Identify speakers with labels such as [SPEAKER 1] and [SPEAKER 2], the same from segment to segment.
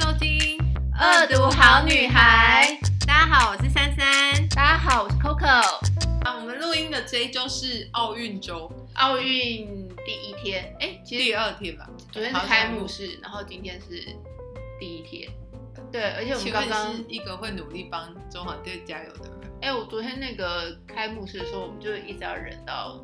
[SPEAKER 1] 收听《
[SPEAKER 2] 恶毒好女孩》。
[SPEAKER 1] 大家好，我是珊珊。
[SPEAKER 2] 大家好，我是 Coco。
[SPEAKER 1] 啊，我们录音的这一周是奥运周
[SPEAKER 2] 奥运第一天，哎、其实
[SPEAKER 1] 第二天吧？
[SPEAKER 2] 昨天是开幕式，然后今天是第一天。嗯对，而且我们
[SPEAKER 1] 请
[SPEAKER 2] 刚
[SPEAKER 1] 问
[SPEAKER 2] 刚
[SPEAKER 1] 是，一个会努力帮中华队加油的人？
[SPEAKER 2] 哎、我昨天那个开幕式的时候，我们就一直要忍到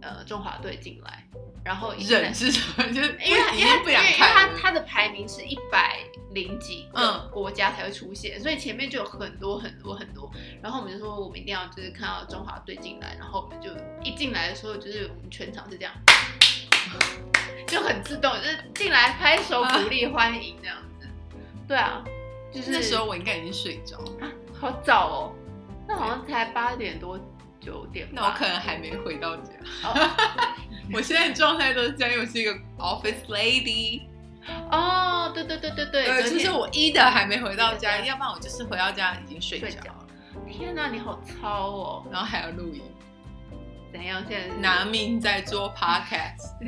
[SPEAKER 2] 呃中华队进来，然后一直
[SPEAKER 1] 忍是什么？就是 不已
[SPEAKER 2] 因为他因为他
[SPEAKER 1] 经
[SPEAKER 2] 因
[SPEAKER 1] 不
[SPEAKER 2] 为
[SPEAKER 1] 想
[SPEAKER 2] 因为
[SPEAKER 1] 看
[SPEAKER 2] 他
[SPEAKER 1] 了。
[SPEAKER 2] 他的排名是一百零几个
[SPEAKER 1] 嗯
[SPEAKER 2] 国家才会出现，所以前面就有很多很多很多。然后我们就说，我们一定要就是看到中华队进来，然后我们就一进来的时候，就是我们全场是这样，就很自动，就是进来拍手
[SPEAKER 1] 啊
[SPEAKER 2] 鼓励欢迎这样子。对啊，就是
[SPEAKER 1] 那时候我应该已经睡着，
[SPEAKER 2] 啊，好早哦，那好像才八点多九点吧。
[SPEAKER 1] 那我可能还没回到家。
[SPEAKER 2] 哦
[SPEAKER 1] 我现在的状态都是这样，因为我是一个 office lady。
[SPEAKER 2] 哦，对对对对对，
[SPEAKER 1] 呃，
[SPEAKER 2] 昨
[SPEAKER 1] 就
[SPEAKER 2] 天
[SPEAKER 1] 是我一的还没回到家，
[SPEAKER 2] 对对对
[SPEAKER 1] 要不然我就是回到家已经睡
[SPEAKER 2] 睡
[SPEAKER 1] 着
[SPEAKER 2] 着
[SPEAKER 1] 了，
[SPEAKER 2] 天哪，你好糙哦！
[SPEAKER 1] 然后还要录音，
[SPEAKER 2] 怎样？现在是
[SPEAKER 1] 拿命在做 podcast，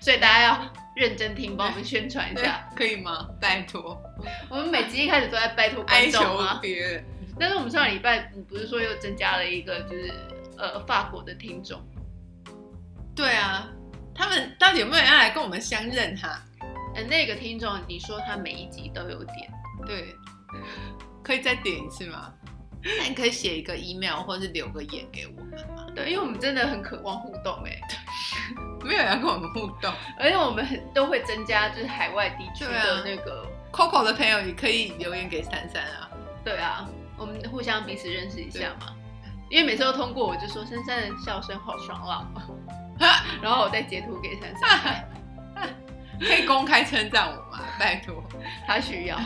[SPEAKER 2] 所以大家要认真听，帮我们宣传一
[SPEAKER 1] 对
[SPEAKER 2] 下。，
[SPEAKER 1] 可以吗？拜托，
[SPEAKER 2] 我们每集一开始都在拜托
[SPEAKER 1] 哀
[SPEAKER 2] 观
[SPEAKER 1] 求
[SPEAKER 2] 众啊，
[SPEAKER 1] 别人。
[SPEAKER 2] 但是我们上个礼拜你不是说又增加了一个就是呃法国的听众，
[SPEAKER 1] 对啊，他们到底有没有人要来跟我们相认哈？
[SPEAKER 2] 呃那个听众你说他每一集都有点，
[SPEAKER 1] 对，可以再点一次吗？那你可以写一个 email 或是留个言给我们吗？
[SPEAKER 2] 对，因为我们真的很渴望互动哎、
[SPEAKER 1] 没有人要跟我们互动
[SPEAKER 2] 而且我们很都会增加就是海外地区
[SPEAKER 1] 对啊
[SPEAKER 2] 的那个
[SPEAKER 1] ，Coco 的朋友也可以留言给珊珊啊。
[SPEAKER 2] 对啊，我们互相彼此认识一下嘛。因为每次都通过，我就说珊珊的笑声好爽朗哦， 然后我再截图给珊珊看，
[SPEAKER 1] 可以公开称赞我吗？ 拜托，
[SPEAKER 2] 她需要。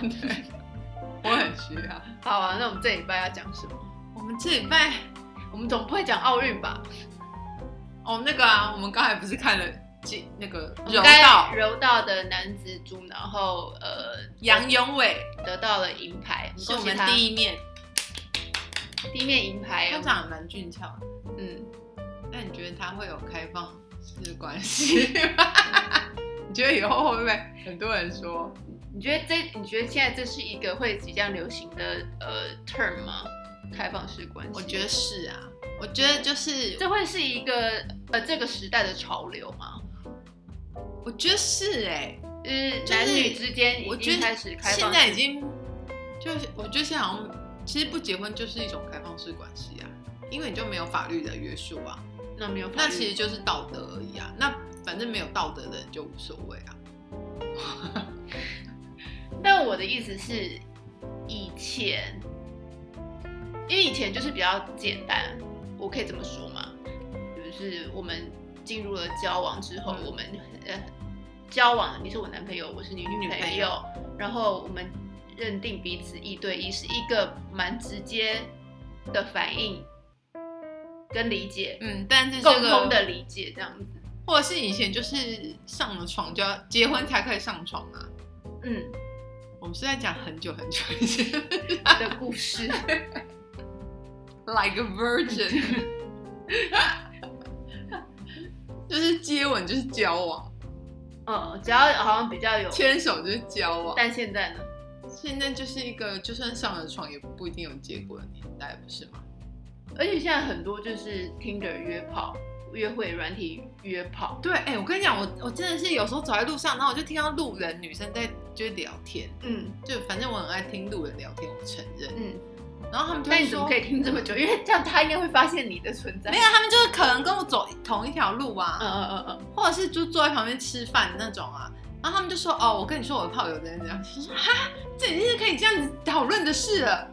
[SPEAKER 1] 我很需要。
[SPEAKER 2] 好啊，那我们这礼拜要讲什么？
[SPEAKER 1] 我们这礼拜，
[SPEAKER 2] 我们总不会讲奥运吧？
[SPEAKER 1] 哦，那个啊，我们刚才不是看了几那个
[SPEAKER 2] 我
[SPEAKER 1] 柔
[SPEAKER 2] 们该
[SPEAKER 1] 道，
[SPEAKER 2] 柔道的男子组，然后呃
[SPEAKER 1] 杨永伟
[SPEAKER 2] 得到了银牌，
[SPEAKER 1] 是我
[SPEAKER 2] 恭喜
[SPEAKER 1] 们
[SPEAKER 2] 他
[SPEAKER 1] 第一面，
[SPEAKER 2] 第一面银牌
[SPEAKER 1] 他
[SPEAKER 2] 哦。
[SPEAKER 1] 长得蛮俊俏的。
[SPEAKER 2] 嗯，
[SPEAKER 1] 那你觉得他会有开放式关系吗？ 你觉得以后会不会很多人说
[SPEAKER 2] 你觉得这你觉得现在这是一个会比较流行的呃 term 吗？开放式关系？
[SPEAKER 1] 我觉得是啊，我觉得就是，
[SPEAKER 2] 这会是一个呃这个时代的潮流吗？
[SPEAKER 1] 我觉得是哎、
[SPEAKER 2] 就是
[SPEAKER 1] 就是
[SPEAKER 2] 男女之间
[SPEAKER 1] 我
[SPEAKER 2] 已
[SPEAKER 1] 觉
[SPEAKER 2] 经
[SPEAKER 1] 得
[SPEAKER 2] 开始开
[SPEAKER 1] 现
[SPEAKER 2] 放式，
[SPEAKER 1] 在已经就是，我觉得现在好像其实不结婚就是一种开放式关系啊，因为你就没有法律的约束啊，
[SPEAKER 2] 那没有法律
[SPEAKER 1] 那其实就是道德而已啊，那反正没有道德的人就无所谓啊。
[SPEAKER 2] 但我的意思是，以前，因为以前就是比较简单，我可以这么说嘛，就是我们进入了交往之后，
[SPEAKER 1] 嗯
[SPEAKER 2] 我们呃交往，你是我男朋友，我是你
[SPEAKER 1] 女
[SPEAKER 2] 女
[SPEAKER 1] 朋
[SPEAKER 2] 朋
[SPEAKER 1] 友
[SPEAKER 2] 友，然后我们认定彼此一对一是一个蛮直接的反应跟理解，
[SPEAKER 1] 嗯，但是这
[SPEAKER 2] 共
[SPEAKER 1] 个
[SPEAKER 2] 通的理解这样子，
[SPEAKER 1] 或者是以前就是上了床就要结婚才可以上床啊。
[SPEAKER 2] 嗯。
[SPEAKER 1] 我们是在讲很久很久以前
[SPEAKER 2] 的故 事。
[SPEAKER 1] ，like a virgin，就是接吻就是交往，
[SPEAKER 2] 嗯，只要好像比较有，
[SPEAKER 1] 牵手就是交往。
[SPEAKER 2] 但现在呢？
[SPEAKER 1] 现在就是一个就算上了床也不一定有结果的年代，不是吗？
[SPEAKER 2] 而且现在很多就是听着约炮、约会软体约炮，
[SPEAKER 1] 对，哎、我跟你讲，我我真的是有时候走在路上，然后我就听到路人女生在就是聊天，
[SPEAKER 2] 嗯
[SPEAKER 1] 就反正我很爱听路人聊天，我承认。
[SPEAKER 2] 嗯，
[SPEAKER 1] 然后他们就会
[SPEAKER 2] 那你怎么
[SPEAKER 1] 说
[SPEAKER 2] 可，以听这么久？因为这样他应该会发现你的存在。
[SPEAKER 1] 没有，他们就是可能跟我走同一条路啊。
[SPEAKER 2] 嗯嗯嗯嗯，
[SPEAKER 1] 或者是就坐在旁边吃饭那种啊。然后他们就说：“哦，我跟你说我的炮友怎样怎样。”我说：“哈，这已经是可以这样子讨论的事了。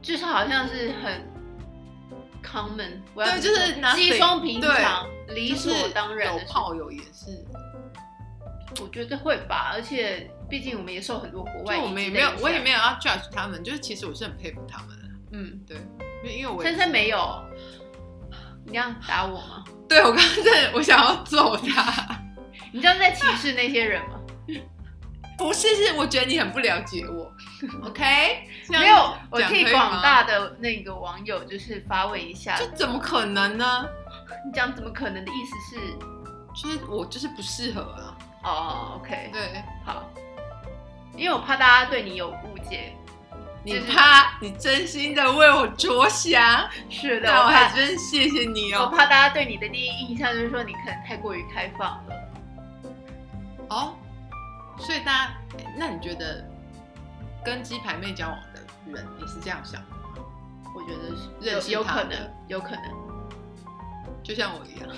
[SPEAKER 2] 就是好像是很 common，我要
[SPEAKER 1] 对
[SPEAKER 2] 怎么
[SPEAKER 1] 就是
[SPEAKER 2] 说
[SPEAKER 1] 拿
[SPEAKER 2] 稀
[SPEAKER 1] 水
[SPEAKER 2] 松平常、理
[SPEAKER 1] 就是
[SPEAKER 2] 所当然的
[SPEAKER 1] 有
[SPEAKER 2] 事。
[SPEAKER 1] 炮友也是，
[SPEAKER 2] 我觉得会吧，而且毕竟我们也受很多国外，
[SPEAKER 1] 就我们也没有，我也，没有要 judge 他们，就是其实我是很佩服他们的，
[SPEAKER 2] 嗯，
[SPEAKER 1] 因为因为我也
[SPEAKER 2] 珊珊没有，你这样打我 吗？
[SPEAKER 1] 对我刚刚真的我想要揍他，
[SPEAKER 2] 你这样是在歧视那些人吗？
[SPEAKER 1] 不是是我觉得你很不了解 我，OK？这样
[SPEAKER 2] 没有，我
[SPEAKER 1] 讲
[SPEAKER 2] 替
[SPEAKER 1] 可以吗
[SPEAKER 2] 广大的那个网友就是发问一下，
[SPEAKER 1] 就怎么可能呢？
[SPEAKER 2] 你讲怎么可能的意思是，
[SPEAKER 1] 就是我就是不适合啊，
[SPEAKER 2] 哦，OK，
[SPEAKER 1] 对。
[SPEAKER 2] 好，因为我怕大家对你有误解。
[SPEAKER 1] 你怕你真心的为我着想，
[SPEAKER 2] 是的，
[SPEAKER 1] 那我
[SPEAKER 2] 我
[SPEAKER 1] 还
[SPEAKER 2] 怕
[SPEAKER 1] 真谢谢你
[SPEAKER 2] 我
[SPEAKER 1] 哦。
[SPEAKER 2] 怕大家对你的第一印象就是说你可能太过于开放了。
[SPEAKER 1] 哦，所以大家，那你觉得跟鸡排妹交往的人，你是这样想的？
[SPEAKER 2] 我觉得
[SPEAKER 1] 认
[SPEAKER 2] 是
[SPEAKER 1] 识
[SPEAKER 2] 有有
[SPEAKER 1] 他
[SPEAKER 2] 可
[SPEAKER 1] 的
[SPEAKER 2] 能，有可能，
[SPEAKER 1] 就像我一样，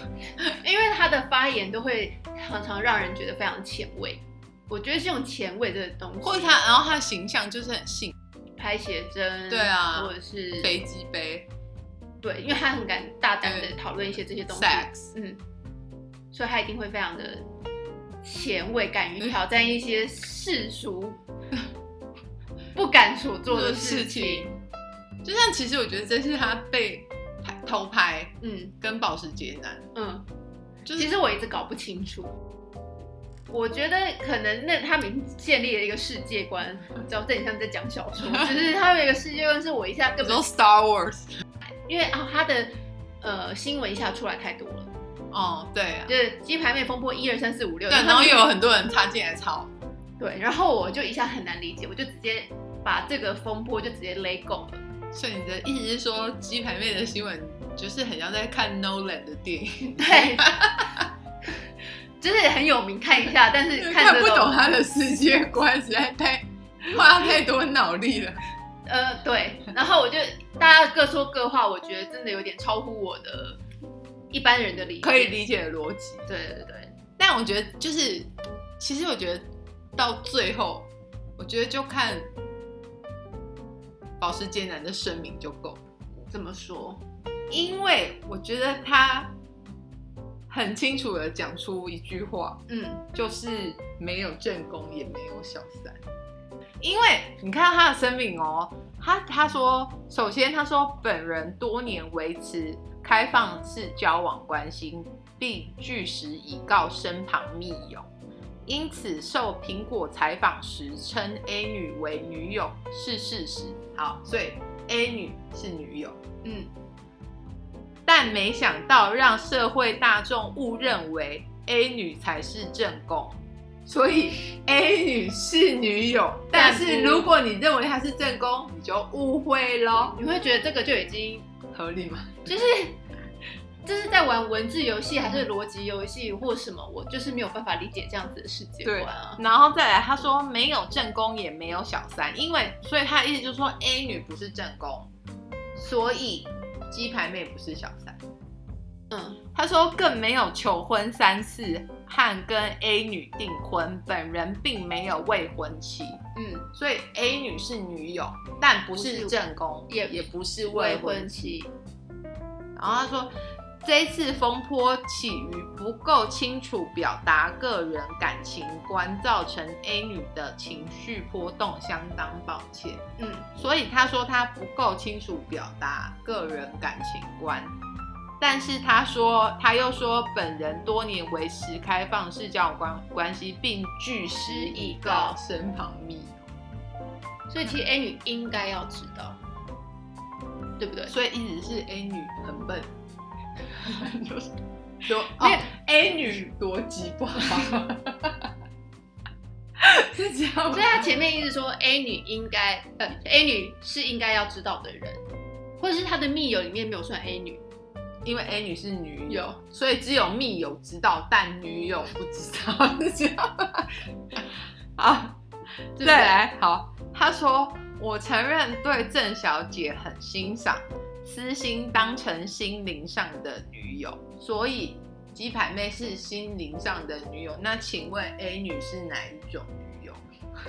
[SPEAKER 2] 因为他的发言都会常常让人觉得非常前卫。我觉得是用前卫这个东西，
[SPEAKER 1] 或者他，然后他的形象就是很性
[SPEAKER 2] 拍写真，
[SPEAKER 1] 对啊
[SPEAKER 2] 或者是
[SPEAKER 1] 飞机杯
[SPEAKER 2] 对，因为他很敢大胆的
[SPEAKER 1] 对
[SPEAKER 2] 讨论一些这些东西，
[SPEAKER 1] sex，
[SPEAKER 2] 嗯，所以他一定会非常的前卫，敢于挑战一些 世俗不敢所做的事情。，
[SPEAKER 1] 就像其实我觉得这是他被拍偷拍
[SPEAKER 2] 嗯
[SPEAKER 1] 跟保时捷男，
[SPEAKER 2] 嗯，
[SPEAKER 1] 就是
[SPEAKER 2] 其实我一直搞不清楚。我觉得可能那他们建立了一个世界观，
[SPEAKER 1] 嗯
[SPEAKER 2] 你知道，这很像在讲小 说，就是他们有一个世界观是我一下根
[SPEAKER 1] 你
[SPEAKER 2] 本
[SPEAKER 1] 说 Star Wars
[SPEAKER 2] 因为啊他的呃新闻一下出来太多了，
[SPEAKER 1] 哦，对啊，
[SPEAKER 2] 就是鸡排妹风波一二三四五六，
[SPEAKER 1] 对，啊
[SPEAKER 2] 他们
[SPEAKER 1] 然后又有很多人插进来吵，
[SPEAKER 2] 对，然后我就一下很难理解，我就直接把这个风波就直接勒够了。
[SPEAKER 1] 所以你的意思是说鸡排妹的新闻就是很像在看 Nolan 的电 影，
[SPEAKER 2] 对，就是很有名，看一下，但是看
[SPEAKER 1] 看
[SPEAKER 2] 这
[SPEAKER 1] 不
[SPEAKER 2] 种
[SPEAKER 1] 懂他的世界观，实在 太花太多脑力了。
[SPEAKER 2] 呃，对，然后我就大家各说各话，我觉得真的有点超乎我的一般人的理解。
[SPEAKER 1] 可以理解的逻辑。
[SPEAKER 2] 对对对，
[SPEAKER 1] 但我觉得就是，其实我觉得到最后，我觉得就看保时捷男的声明就够了，
[SPEAKER 2] 这么说，
[SPEAKER 1] 因为我觉得他很清楚的讲出一句话，
[SPEAKER 2] 嗯，
[SPEAKER 1] 就是没有正宫，也没有小三。因为你看他的声明哦，他他说，首先他说本人多年维持开放式交往关系，并据实以告身旁密友，因此受苹果采访时称 A 女为女友是事实。好，所以 A 女是女友。
[SPEAKER 2] 嗯，
[SPEAKER 1] 但没想到让社会大众误认为 A 女才是正宫，所以 A 女是女友。但
[SPEAKER 2] 但不
[SPEAKER 1] 是如果你认为她是正宫，你就误会喽，
[SPEAKER 2] 你会觉得这个就已经
[SPEAKER 1] 合理吗？
[SPEAKER 2] 就是。这是在玩文字游戏还是逻辑游戏或什么？我就是没有办法理解这样子的世界观啊。
[SPEAKER 1] 然后再来，他说没有正宫也没有小三，因为所以他的意思就是说 A 女不是正宫，所以鸡排妹不是小三。
[SPEAKER 2] 嗯，
[SPEAKER 1] 他说更没有求婚三次和跟 A 女订婚，本人并没有未婚妻。
[SPEAKER 2] 嗯，
[SPEAKER 1] 所以 A 女是女友，但不
[SPEAKER 2] 不
[SPEAKER 1] 是
[SPEAKER 2] 是
[SPEAKER 1] 正宫，
[SPEAKER 2] 也
[SPEAKER 1] 也不是未
[SPEAKER 2] 未
[SPEAKER 1] 婚
[SPEAKER 2] 婚
[SPEAKER 1] 妻。
[SPEAKER 2] 妻，
[SPEAKER 1] 然后他说，这一次风波起于不够清楚表达个人感情观，造成 A 女的情绪波动，相当抱歉。
[SPEAKER 2] 嗯，
[SPEAKER 1] 所以他说他不够清楚表达个人感情观，但是他说他又说本人多年维持开放式交往关关系，并据实以告身旁密友。
[SPEAKER 2] 所以其实
[SPEAKER 1] 嗯
[SPEAKER 2] A 女应该要知道，对不对？
[SPEAKER 1] 所以一直是 A 女很笨， 就是多
[SPEAKER 2] 没有
[SPEAKER 1] 哦 A 女逻辑不好， 是这样吗
[SPEAKER 2] 所以？他前面一直说 A 女应该，呃，A 女是应该要知道的人，或者是她的密友里面没有算 A 女，
[SPEAKER 1] 因为 A 女是女友
[SPEAKER 2] 有，
[SPEAKER 1] 所以只有密友知道，但女友不知道，是这 样吗？好，
[SPEAKER 2] 对不对
[SPEAKER 1] 再来，好，他说我承认对郑小姐很欣赏，私心当成心灵上的女友，所以鸡排妹是心灵上的女友。那请问 A 女是哪一种女友？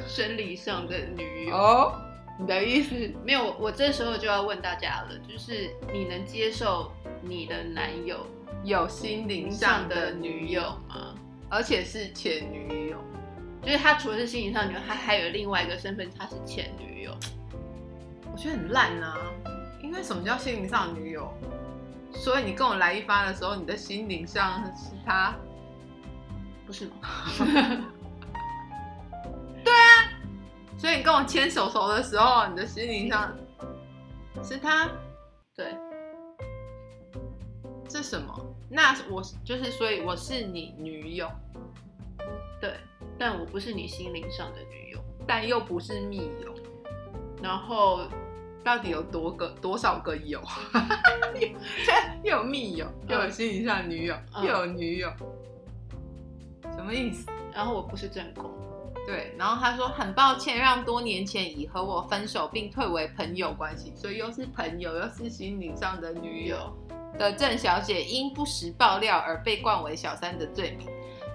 [SPEAKER 2] 生理上的女友。
[SPEAKER 1] 哦，你的意思？
[SPEAKER 2] 没有，我这时候就要问大家了，就是你能接受你的男友
[SPEAKER 1] 有心灵上
[SPEAKER 2] 上
[SPEAKER 1] 的
[SPEAKER 2] 的
[SPEAKER 1] 女
[SPEAKER 2] 女
[SPEAKER 1] 友
[SPEAKER 2] 友，吗？
[SPEAKER 1] 而且是前女友。
[SPEAKER 2] 就是他除了是心灵上的女友，他还有另外一个身份，他是前女友。
[SPEAKER 1] 我觉得很烂啊，因为什么叫心灵上的女友？所以你跟我来一发的时候，你的心灵上是她，
[SPEAKER 2] 不是吗？
[SPEAKER 1] 所以你跟我牵手手的时候，你的心灵上是她，
[SPEAKER 2] 对，
[SPEAKER 1] 这什么？那我就是，所以我是你女友，
[SPEAKER 2] 对，但我不是你心灵上的女友。
[SPEAKER 1] 但又不是密友，
[SPEAKER 2] 然后
[SPEAKER 1] 到底有多个多少个友？ 又有密友，又有心灵上的女友，
[SPEAKER 2] 嗯
[SPEAKER 1] 又有女友，什么意思？
[SPEAKER 2] 然后我不是正宫，
[SPEAKER 1] 对，然后他说很抱歉让多年前已和我分手并退为朋友关系，所以又是朋友又是心灵上的女友
[SPEAKER 2] 有
[SPEAKER 1] 的郑小姐，因不实爆料而被冠为小三的罪名。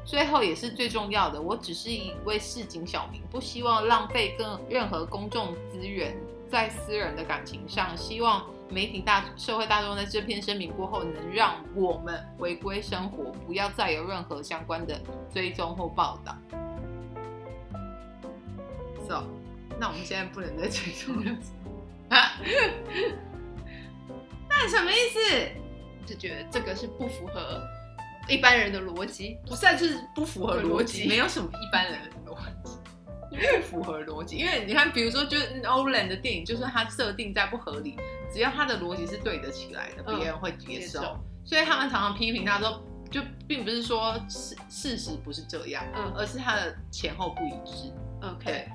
[SPEAKER 1] 最后也是最重要的，我只是一位市井小民，不希望浪费更任何公众资源在私人的感情上，希望媒体大社会大众在这篇声明过后，能让我们回归生活，不要再有任何相关的追踪或报道。So，那我们现在不能再追踪了。 那什么意思？
[SPEAKER 2] 就觉得这个是不符合一般人的逻辑，
[SPEAKER 1] 不是、啊，就是不符合逻
[SPEAKER 2] 逻
[SPEAKER 1] 辑，
[SPEAKER 2] 辑
[SPEAKER 1] 没有什么一般人的逻辑， 不符合逻辑。因为你看，比如说，就是 Nolan 的电影，就算它设定再不合理，只要它的逻辑是对得起来的，
[SPEAKER 2] 嗯
[SPEAKER 1] 别人会接
[SPEAKER 2] 接
[SPEAKER 1] 受。
[SPEAKER 2] 受
[SPEAKER 1] 所以他们常常批评他说，就并不是说事事实不是这样，
[SPEAKER 2] 嗯
[SPEAKER 1] 而是他的前后不一致。
[SPEAKER 2] OK，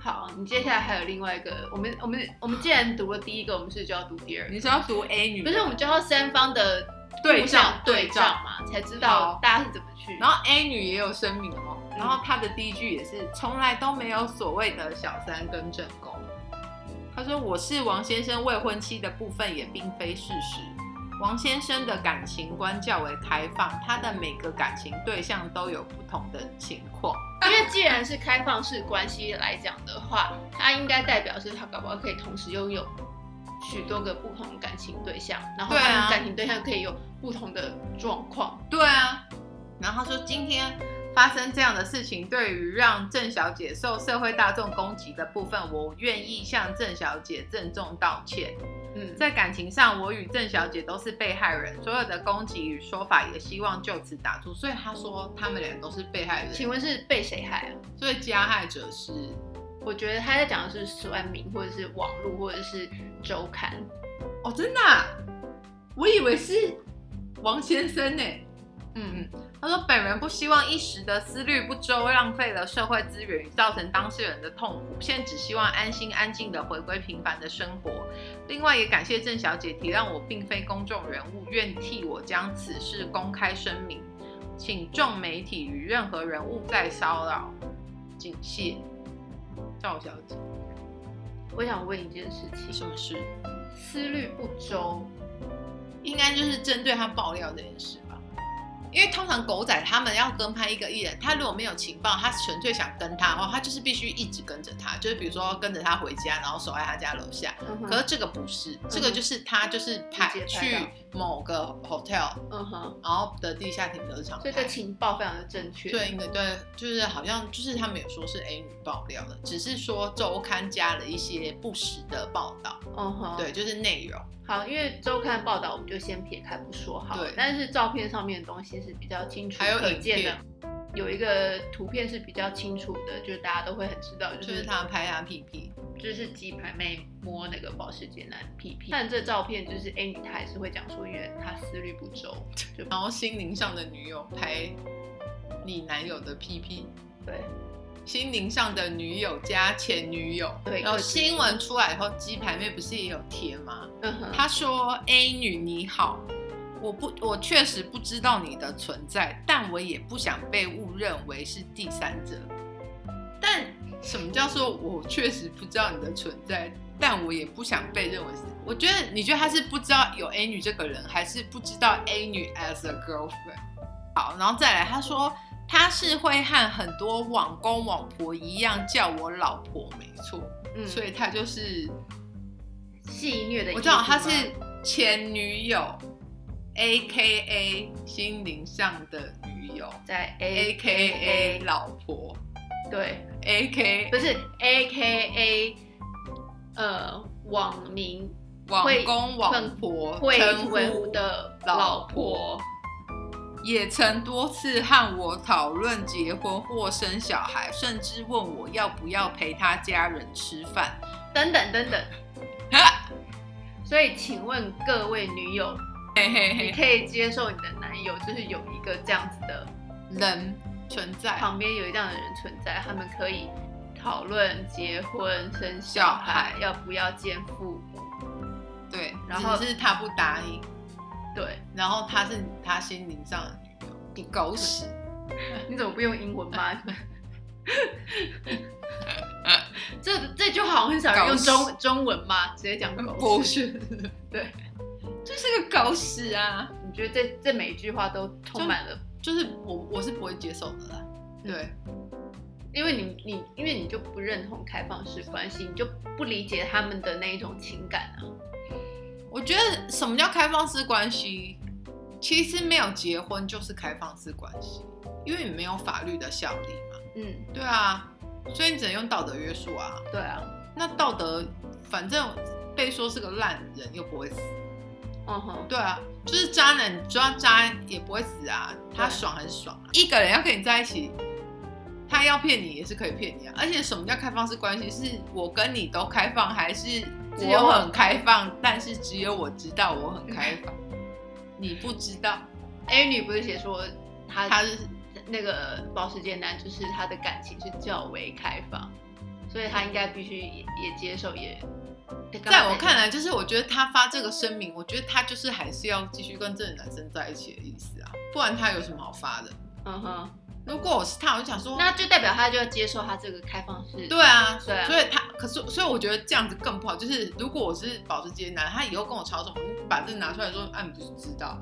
[SPEAKER 2] 好，你接下来还有另外一个，我们我们我们既然读了第一个，我们是不是就要读第二个，
[SPEAKER 1] 你是要读 A 女，
[SPEAKER 2] 不是我们就要三方的
[SPEAKER 1] 对
[SPEAKER 2] 互
[SPEAKER 1] 照
[SPEAKER 2] 相对照嘛，才知道
[SPEAKER 1] 好
[SPEAKER 2] 大家是怎么去。
[SPEAKER 1] 然后 A 女也有声明哦，然后她的第一句也是从来都没有所谓的小三跟正宫。她说我是王先生未婚妻的部分也并非事实。王先生的感情观较为开放，他的每个感情对象都有不同的情况。
[SPEAKER 2] 因为既然是开放式关系来讲的话，它应该代表是他搞不好可以同时拥有许多个不同的感情对象，然后
[SPEAKER 1] 对啊
[SPEAKER 2] 他们感情对象可以有不同的状况。
[SPEAKER 1] 对啊，然后她说今天发生这样的事情，对于让郑小姐受社会大众攻击的部分，我愿意向郑小姐郑重道歉。
[SPEAKER 2] 嗯，
[SPEAKER 1] 在感情上，我与郑小姐都是被害人，所有的攻击与说法也希望就此打住。所以他说他们俩都是被害人，
[SPEAKER 2] 请问是被谁害啊？
[SPEAKER 1] 所以加害者是
[SPEAKER 2] 我觉得他在讲的是酸民，或者是网络，或者是周刊。
[SPEAKER 1] 哦，真的啊、我以为是王先生呢。
[SPEAKER 2] 嗯，
[SPEAKER 1] 他说：“本人不希望一时的思虑不周，浪费了社会资源，造成当事人的痛苦。现在只希望安心安静的回归平凡的生活。另外，也感谢郑小姐体谅我并非公众人物，愿替我将此事公开声明，请众媒体与任何人勿再骚扰，谨谢。”赵小姐，
[SPEAKER 2] 我想问一件事
[SPEAKER 1] 是
[SPEAKER 2] 情：
[SPEAKER 1] 什么事？
[SPEAKER 2] 思虑不周，
[SPEAKER 1] 应该就是针对他爆料这件事吧。因为通常狗仔他们要跟拍一个艺人，他如果没有情报，他纯粹想跟他的话，哦他就是必须一直跟着他，就是比如说跟着他回家，然后守在他家楼下。可
[SPEAKER 2] 可
[SPEAKER 1] 是这个不是，这个就是他就是
[SPEAKER 2] 嗯直
[SPEAKER 1] 拍
[SPEAKER 2] 接拍到
[SPEAKER 1] 去某个 hotel，
[SPEAKER 2] 嗯哼，
[SPEAKER 1] 然后的地下停车场拍。
[SPEAKER 2] 所以这情报非常的正确。
[SPEAKER 1] 对，应该对，就是好像就是他们有说是 A 女爆料的，只是说周刊加了一些不实的报道，
[SPEAKER 2] 嗯哼，
[SPEAKER 1] 对，就是内容。
[SPEAKER 2] 好，因为周刊报道我们就先撇开不说好了，
[SPEAKER 1] 对
[SPEAKER 2] 但是照片上面的东西是比较清楚
[SPEAKER 1] 还有
[SPEAKER 2] 可
[SPEAKER 1] 影
[SPEAKER 2] 见的
[SPEAKER 1] 片，
[SPEAKER 2] 有一个图片是比较清楚的，就是大家都会很知道，就
[SPEAKER 1] 就是
[SPEAKER 2] 是
[SPEAKER 1] 他拍他屁屁，
[SPEAKER 2] 就是鸡排妹摸那个保时捷男屁屁，但这照片就是 A 女她还是会讲说，因为她思虑不周，
[SPEAKER 1] 然后心灵上的女友拍你男友的屁屁，
[SPEAKER 2] 对，
[SPEAKER 1] 心灵上的女友加前女友。
[SPEAKER 2] 对
[SPEAKER 1] 然后
[SPEAKER 2] 就是
[SPEAKER 1] 新闻出来以后，鸡排妹不是也有贴吗？
[SPEAKER 2] 嗯哼，
[SPEAKER 1] 她说：“A 女你好，我不，我确实不知道你的存在，但我也不想被误认为是第三者。但什么叫做我确实不知道你的存在，但我也不想被认为是？我觉得你觉得他是不知道有 A 女这个人，还是不知道 A 女 as a girlfriend？好，然后再来，他说他是会和很多网公网婆一样叫我老婆，没错，
[SPEAKER 2] 嗯，
[SPEAKER 1] 所以他就是
[SPEAKER 2] 戏虐的意思吗，
[SPEAKER 1] 我知道她是前女友，A K A 心灵上的女友
[SPEAKER 2] 在
[SPEAKER 1] ，A
[SPEAKER 2] A
[SPEAKER 1] K A 老婆
[SPEAKER 2] 对，
[SPEAKER 1] ，A K
[SPEAKER 2] 不是 A K A 呃网民
[SPEAKER 1] 网
[SPEAKER 2] 会
[SPEAKER 1] 公网婆
[SPEAKER 2] 会
[SPEAKER 1] 称
[SPEAKER 2] 文
[SPEAKER 1] 呼
[SPEAKER 2] 的
[SPEAKER 1] 老
[SPEAKER 2] 老
[SPEAKER 1] 婆
[SPEAKER 2] 婆。
[SPEAKER 1] 也曾多次和我讨论结婚或生小孩，甚至问我要不要陪她家人吃饭。
[SPEAKER 2] 等等等等。所以，请问各位女友，
[SPEAKER 1] 嘿嘿嘿，
[SPEAKER 2] 你可以接受你的男友就是有一个这样子的，
[SPEAKER 1] 人存在，
[SPEAKER 2] 旁边有一这样的人存在，他们可以讨论结婚、生
[SPEAKER 1] 小
[SPEAKER 2] 小
[SPEAKER 1] 孩
[SPEAKER 2] 孩要不要见父母，
[SPEAKER 1] 对，
[SPEAKER 2] 然后
[SPEAKER 1] 只是他不答应，
[SPEAKER 2] 对，
[SPEAKER 1] 然后他是他心灵上的女友，你狗屎！
[SPEAKER 2] 你怎么不用英文 吗？这这句好像很少人用
[SPEAKER 1] 搞
[SPEAKER 2] 中中文嘛，直接讲狗
[SPEAKER 1] 是，
[SPEAKER 2] 屎。
[SPEAKER 1] 对，就是个狗屎啊！
[SPEAKER 2] 你觉得这这每一句话都充满了，
[SPEAKER 1] 就是我我是不会接受的啦。对，
[SPEAKER 2] 因为你你因为你就不认同开放式关系，你就不理解他们的那一种情感啊。
[SPEAKER 1] 我觉得什么叫开放式关系？其实没有结婚就是开放式关系，因为你没有法律的效力嘛。
[SPEAKER 2] 嗯，
[SPEAKER 1] 对啊，所以你只能用道德约束啊。
[SPEAKER 2] 对啊，
[SPEAKER 1] 那道德反正被说是个烂人又不会死，
[SPEAKER 2] 嗯哼，
[SPEAKER 1] 对啊，就是渣男，你抓渣也不会死啊，他
[SPEAKER 2] 对
[SPEAKER 1] 爽很爽啊。一个人要跟你在一起，他要骗你也是可以骗你啊。而且什么叫开放式关系？是我跟你都开放，还是只有我很开放，但是只有我知道我很开放，你不知道，
[SPEAKER 2] A 女不是写说她
[SPEAKER 1] 他是
[SPEAKER 2] 那个保时捷男，就是他的感情是较为开放，所以他应该必须也也接受也。
[SPEAKER 1] 在我看来，就是我觉得他发这个声明，我觉得他就是还是要继续跟这个男生在一起的意思啊，不然他有什么好发的？
[SPEAKER 2] 嗯哼，
[SPEAKER 1] 如果我是他，我就想说，
[SPEAKER 2] 那就代表他就要接受他这个开放式。
[SPEAKER 1] 对啊，
[SPEAKER 2] 对啊
[SPEAKER 1] 所以他可是，所以我觉得这样子更不好。就是如果我是保时捷男，他以后跟我吵什么，你把这拿出来说，啊，你不是知道，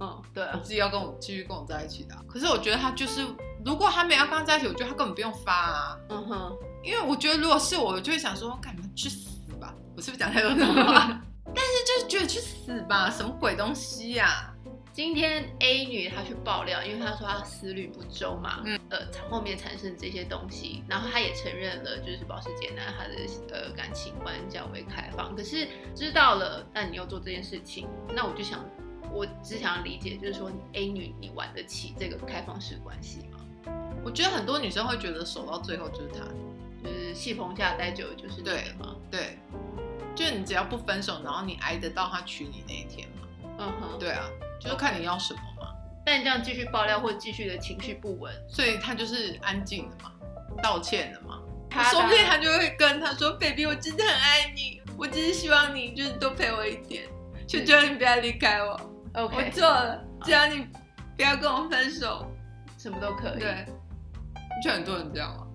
[SPEAKER 2] 嗯，对啊
[SPEAKER 1] 我，自己要跟我继续跟我在一起的啊、可是我觉得他就是，如果他没有要跟他在一起，我觉得他根本不用发啊，
[SPEAKER 2] 嗯哼，
[SPEAKER 1] 因为我觉得如果是我，我就会想说，干嘛去死吧？我是不是讲太多脏 话？但是就是觉得去死吧，什么鬼东西啊呀、
[SPEAKER 2] 今天 A 女她去爆料，因为她说她思虑不周嘛，
[SPEAKER 1] 嗯
[SPEAKER 2] 呃，后面产生这些东西，然后她也承认了，就是保时捷男他的呃感情观较为开放，可是知道了，那你又做这件事情，那我就想，我只想理解，就是说 A 女你玩得起这个开放式关系吗？
[SPEAKER 1] 我觉得很多女生会觉得守到最后就是他，
[SPEAKER 2] 就是戏棚下待久了就是你
[SPEAKER 1] 对
[SPEAKER 2] 的吗？
[SPEAKER 1] 对，就你只要不分手，然后你挨得到他娶你那一天嘛。
[SPEAKER 2] 嗯哼，。
[SPEAKER 1] 对啊，就是看你要什么嘛。
[SPEAKER 2] 但这样继续爆料或继续的情绪不稳，
[SPEAKER 1] 所以他就是安静的嘛，道歉的嘛。
[SPEAKER 2] 她
[SPEAKER 1] 说不定
[SPEAKER 2] 当然
[SPEAKER 1] 他就会跟他说：“baby，我真的很爱你，我只是希望你就是多陪我一点，求求你不要离开我，我
[SPEAKER 2] OK，
[SPEAKER 1] 错了，只要你不要跟我分手。
[SPEAKER 2] 什么都可”以。
[SPEAKER 1] 对，就很多人这样啊嘛。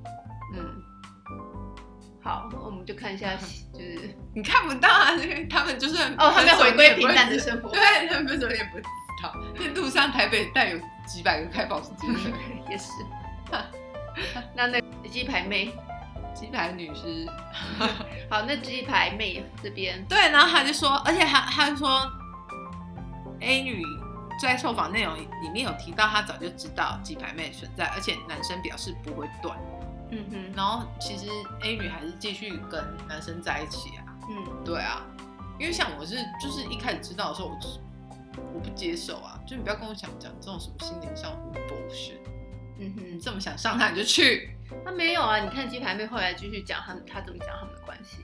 [SPEAKER 2] 嗯，好，我们就看一下，就是
[SPEAKER 1] 你看不到啊，因为他们就是
[SPEAKER 2] 哦，他在回归平淡的
[SPEAKER 1] 生
[SPEAKER 2] 生活
[SPEAKER 1] 活，， 对，他们分手你也不知道。那路上台北带有几百个开保时捷 的人，
[SPEAKER 2] 也是。那那个鸡排妹，
[SPEAKER 1] 几百个女士。
[SPEAKER 2] 好，那鸡排妹这边，
[SPEAKER 1] 对，然后他就说，而且他他就说，A 女在受访内容里面有提到，她早就知道鸡排妹存在，而且男生表示不会断。
[SPEAKER 2] 嗯哼，
[SPEAKER 1] 然后其实 A 女还是继续跟男生在一起啊，
[SPEAKER 2] 嗯，
[SPEAKER 1] 对啊，因为像我是就是一开始知道的时候，我就是我不接受啊，就你不要跟我讲讲这种什么心灵上的 bullshit，
[SPEAKER 2] 嗯
[SPEAKER 1] 你
[SPEAKER 2] 哼，
[SPEAKER 1] 这么想上他你就去。
[SPEAKER 2] 他没有啊，你看鸡排妹后来继续讲他们，他怎么讲他们的关系，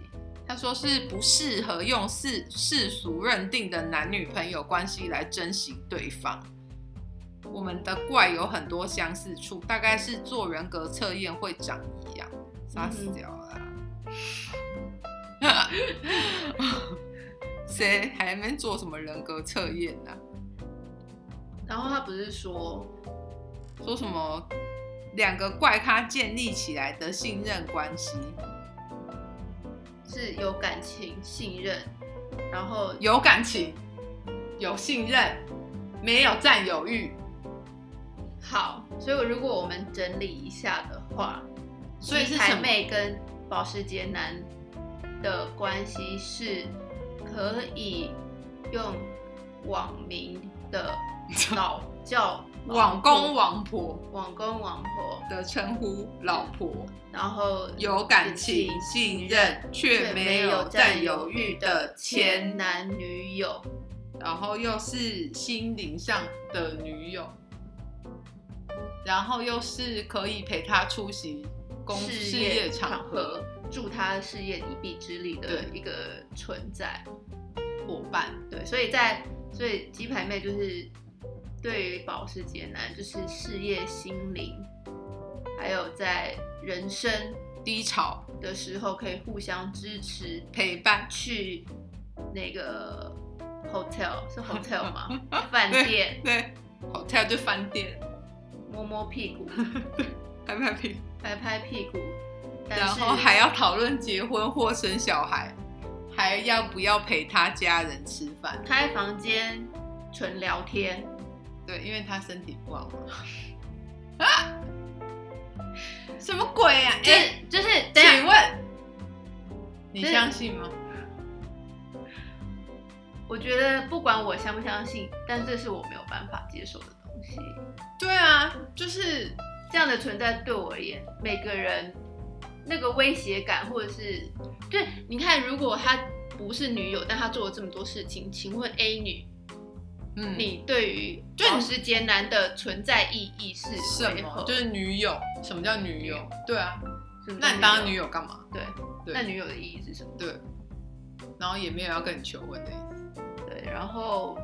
[SPEAKER 1] 他说是不适合用世世俗认定的男女朋友关系来珍惜对方。我们的怪有很多相似处，大概是做人格测验会长一样，杀死掉了啦。 谁还没做什么人格测验呢、
[SPEAKER 2] 然后他不是说，
[SPEAKER 1] 说什么两个怪咖建立起来的信任关系，
[SPEAKER 2] 是有感情、信任，然后
[SPEAKER 1] 有感情，有信任，没有占有欲。
[SPEAKER 2] 好，所以如果我们整理一下的话，
[SPEAKER 1] 所以是
[SPEAKER 2] 鸡
[SPEAKER 1] 什
[SPEAKER 2] 排
[SPEAKER 1] 么
[SPEAKER 2] 妹跟保时捷男的关系是可以用网民 的老叫
[SPEAKER 1] 网公网婆
[SPEAKER 2] 网公网婆，
[SPEAKER 1] 的称呼老婆，
[SPEAKER 2] 然后
[SPEAKER 1] 有感情、信任却没有占有欲的前
[SPEAKER 2] 前
[SPEAKER 1] 男，
[SPEAKER 2] 男女友，
[SPEAKER 1] 然后又是心灵上的女友，然后又是可以陪他出席公事业场合
[SPEAKER 2] 助他事业一臂之力的
[SPEAKER 1] 对
[SPEAKER 2] 一个存在。
[SPEAKER 1] 伙伴，
[SPEAKER 2] 对，所以在所以鸡排妹就是对于保时捷男，就是事业、心灵，还有在人生
[SPEAKER 1] 低潮
[SPEAKER 2] 的时候，可以互相支持，
[SPEAKER 1] 陪伴，
[SPEAKER 2] 去那个 hotel 是 hotel 吗？饭店
[SPEAKER 1] 对，hotel 就饭店，
[SPEAKER 2] 摸摸屁股，
[SPEAKER 1] 拍拍屁股，
[SPEAKER 2] 拍拍屁股，但
[SPEAKER 1] 然后
[SPEAKER 2] 是
[SPEAKER 1] 还要讨论结婚或生小孩，还要不要陪他家人吃饭？
[SPEAKER 2] 开房间纯聊天。
[SPEAKER 1] 对，因为他身体不好嘛。啊！什么鬼啊？
[SPEAKER 2] 就
[SPEAKER 1] 哎、
[SPEAKER 2] 是就是，等一下
[SPEAKER 1] 请问你
[SPEAKER 2] 这
[SPEAKER 1] 相信吗？
[SPEAKER 2] 我觉得不管我相不相信，但这是我没有办法接受的东西。
[SPEAKER 1] 对啊，就是
[SPEAKER 2] 这样的存在对我而言，每个人那个威胁感，或者是对你看，如果他不是女友，但他做了这么多事情，请问 A 女，
[SPEAKER 1] 嗯，
[SPEAKER 2] 你对于
[SPEAKER 1] 就
[SPEAKER 2] 保时捷男的存在意义是
[SPEAKER 1] 什
[SPEAKER 2] 为
[SPEAKER 1] 么
[SPEAKER 2] 何？
[SPEAKER 1] 就是女友？什么叫女友？对啊，
[SPEAKER 2] 是不是
[SPEAKER 1] 那你当他女友干嘛？
[SPEAKER 2] 对，
[SPEAKER 1] 对
[SPEAKER 2] 嗯那女友的意义是什么？
[SPEAKER 1] 对，然后也没有要跟你求婚的意思。
[SPEAKER 2] 对，然后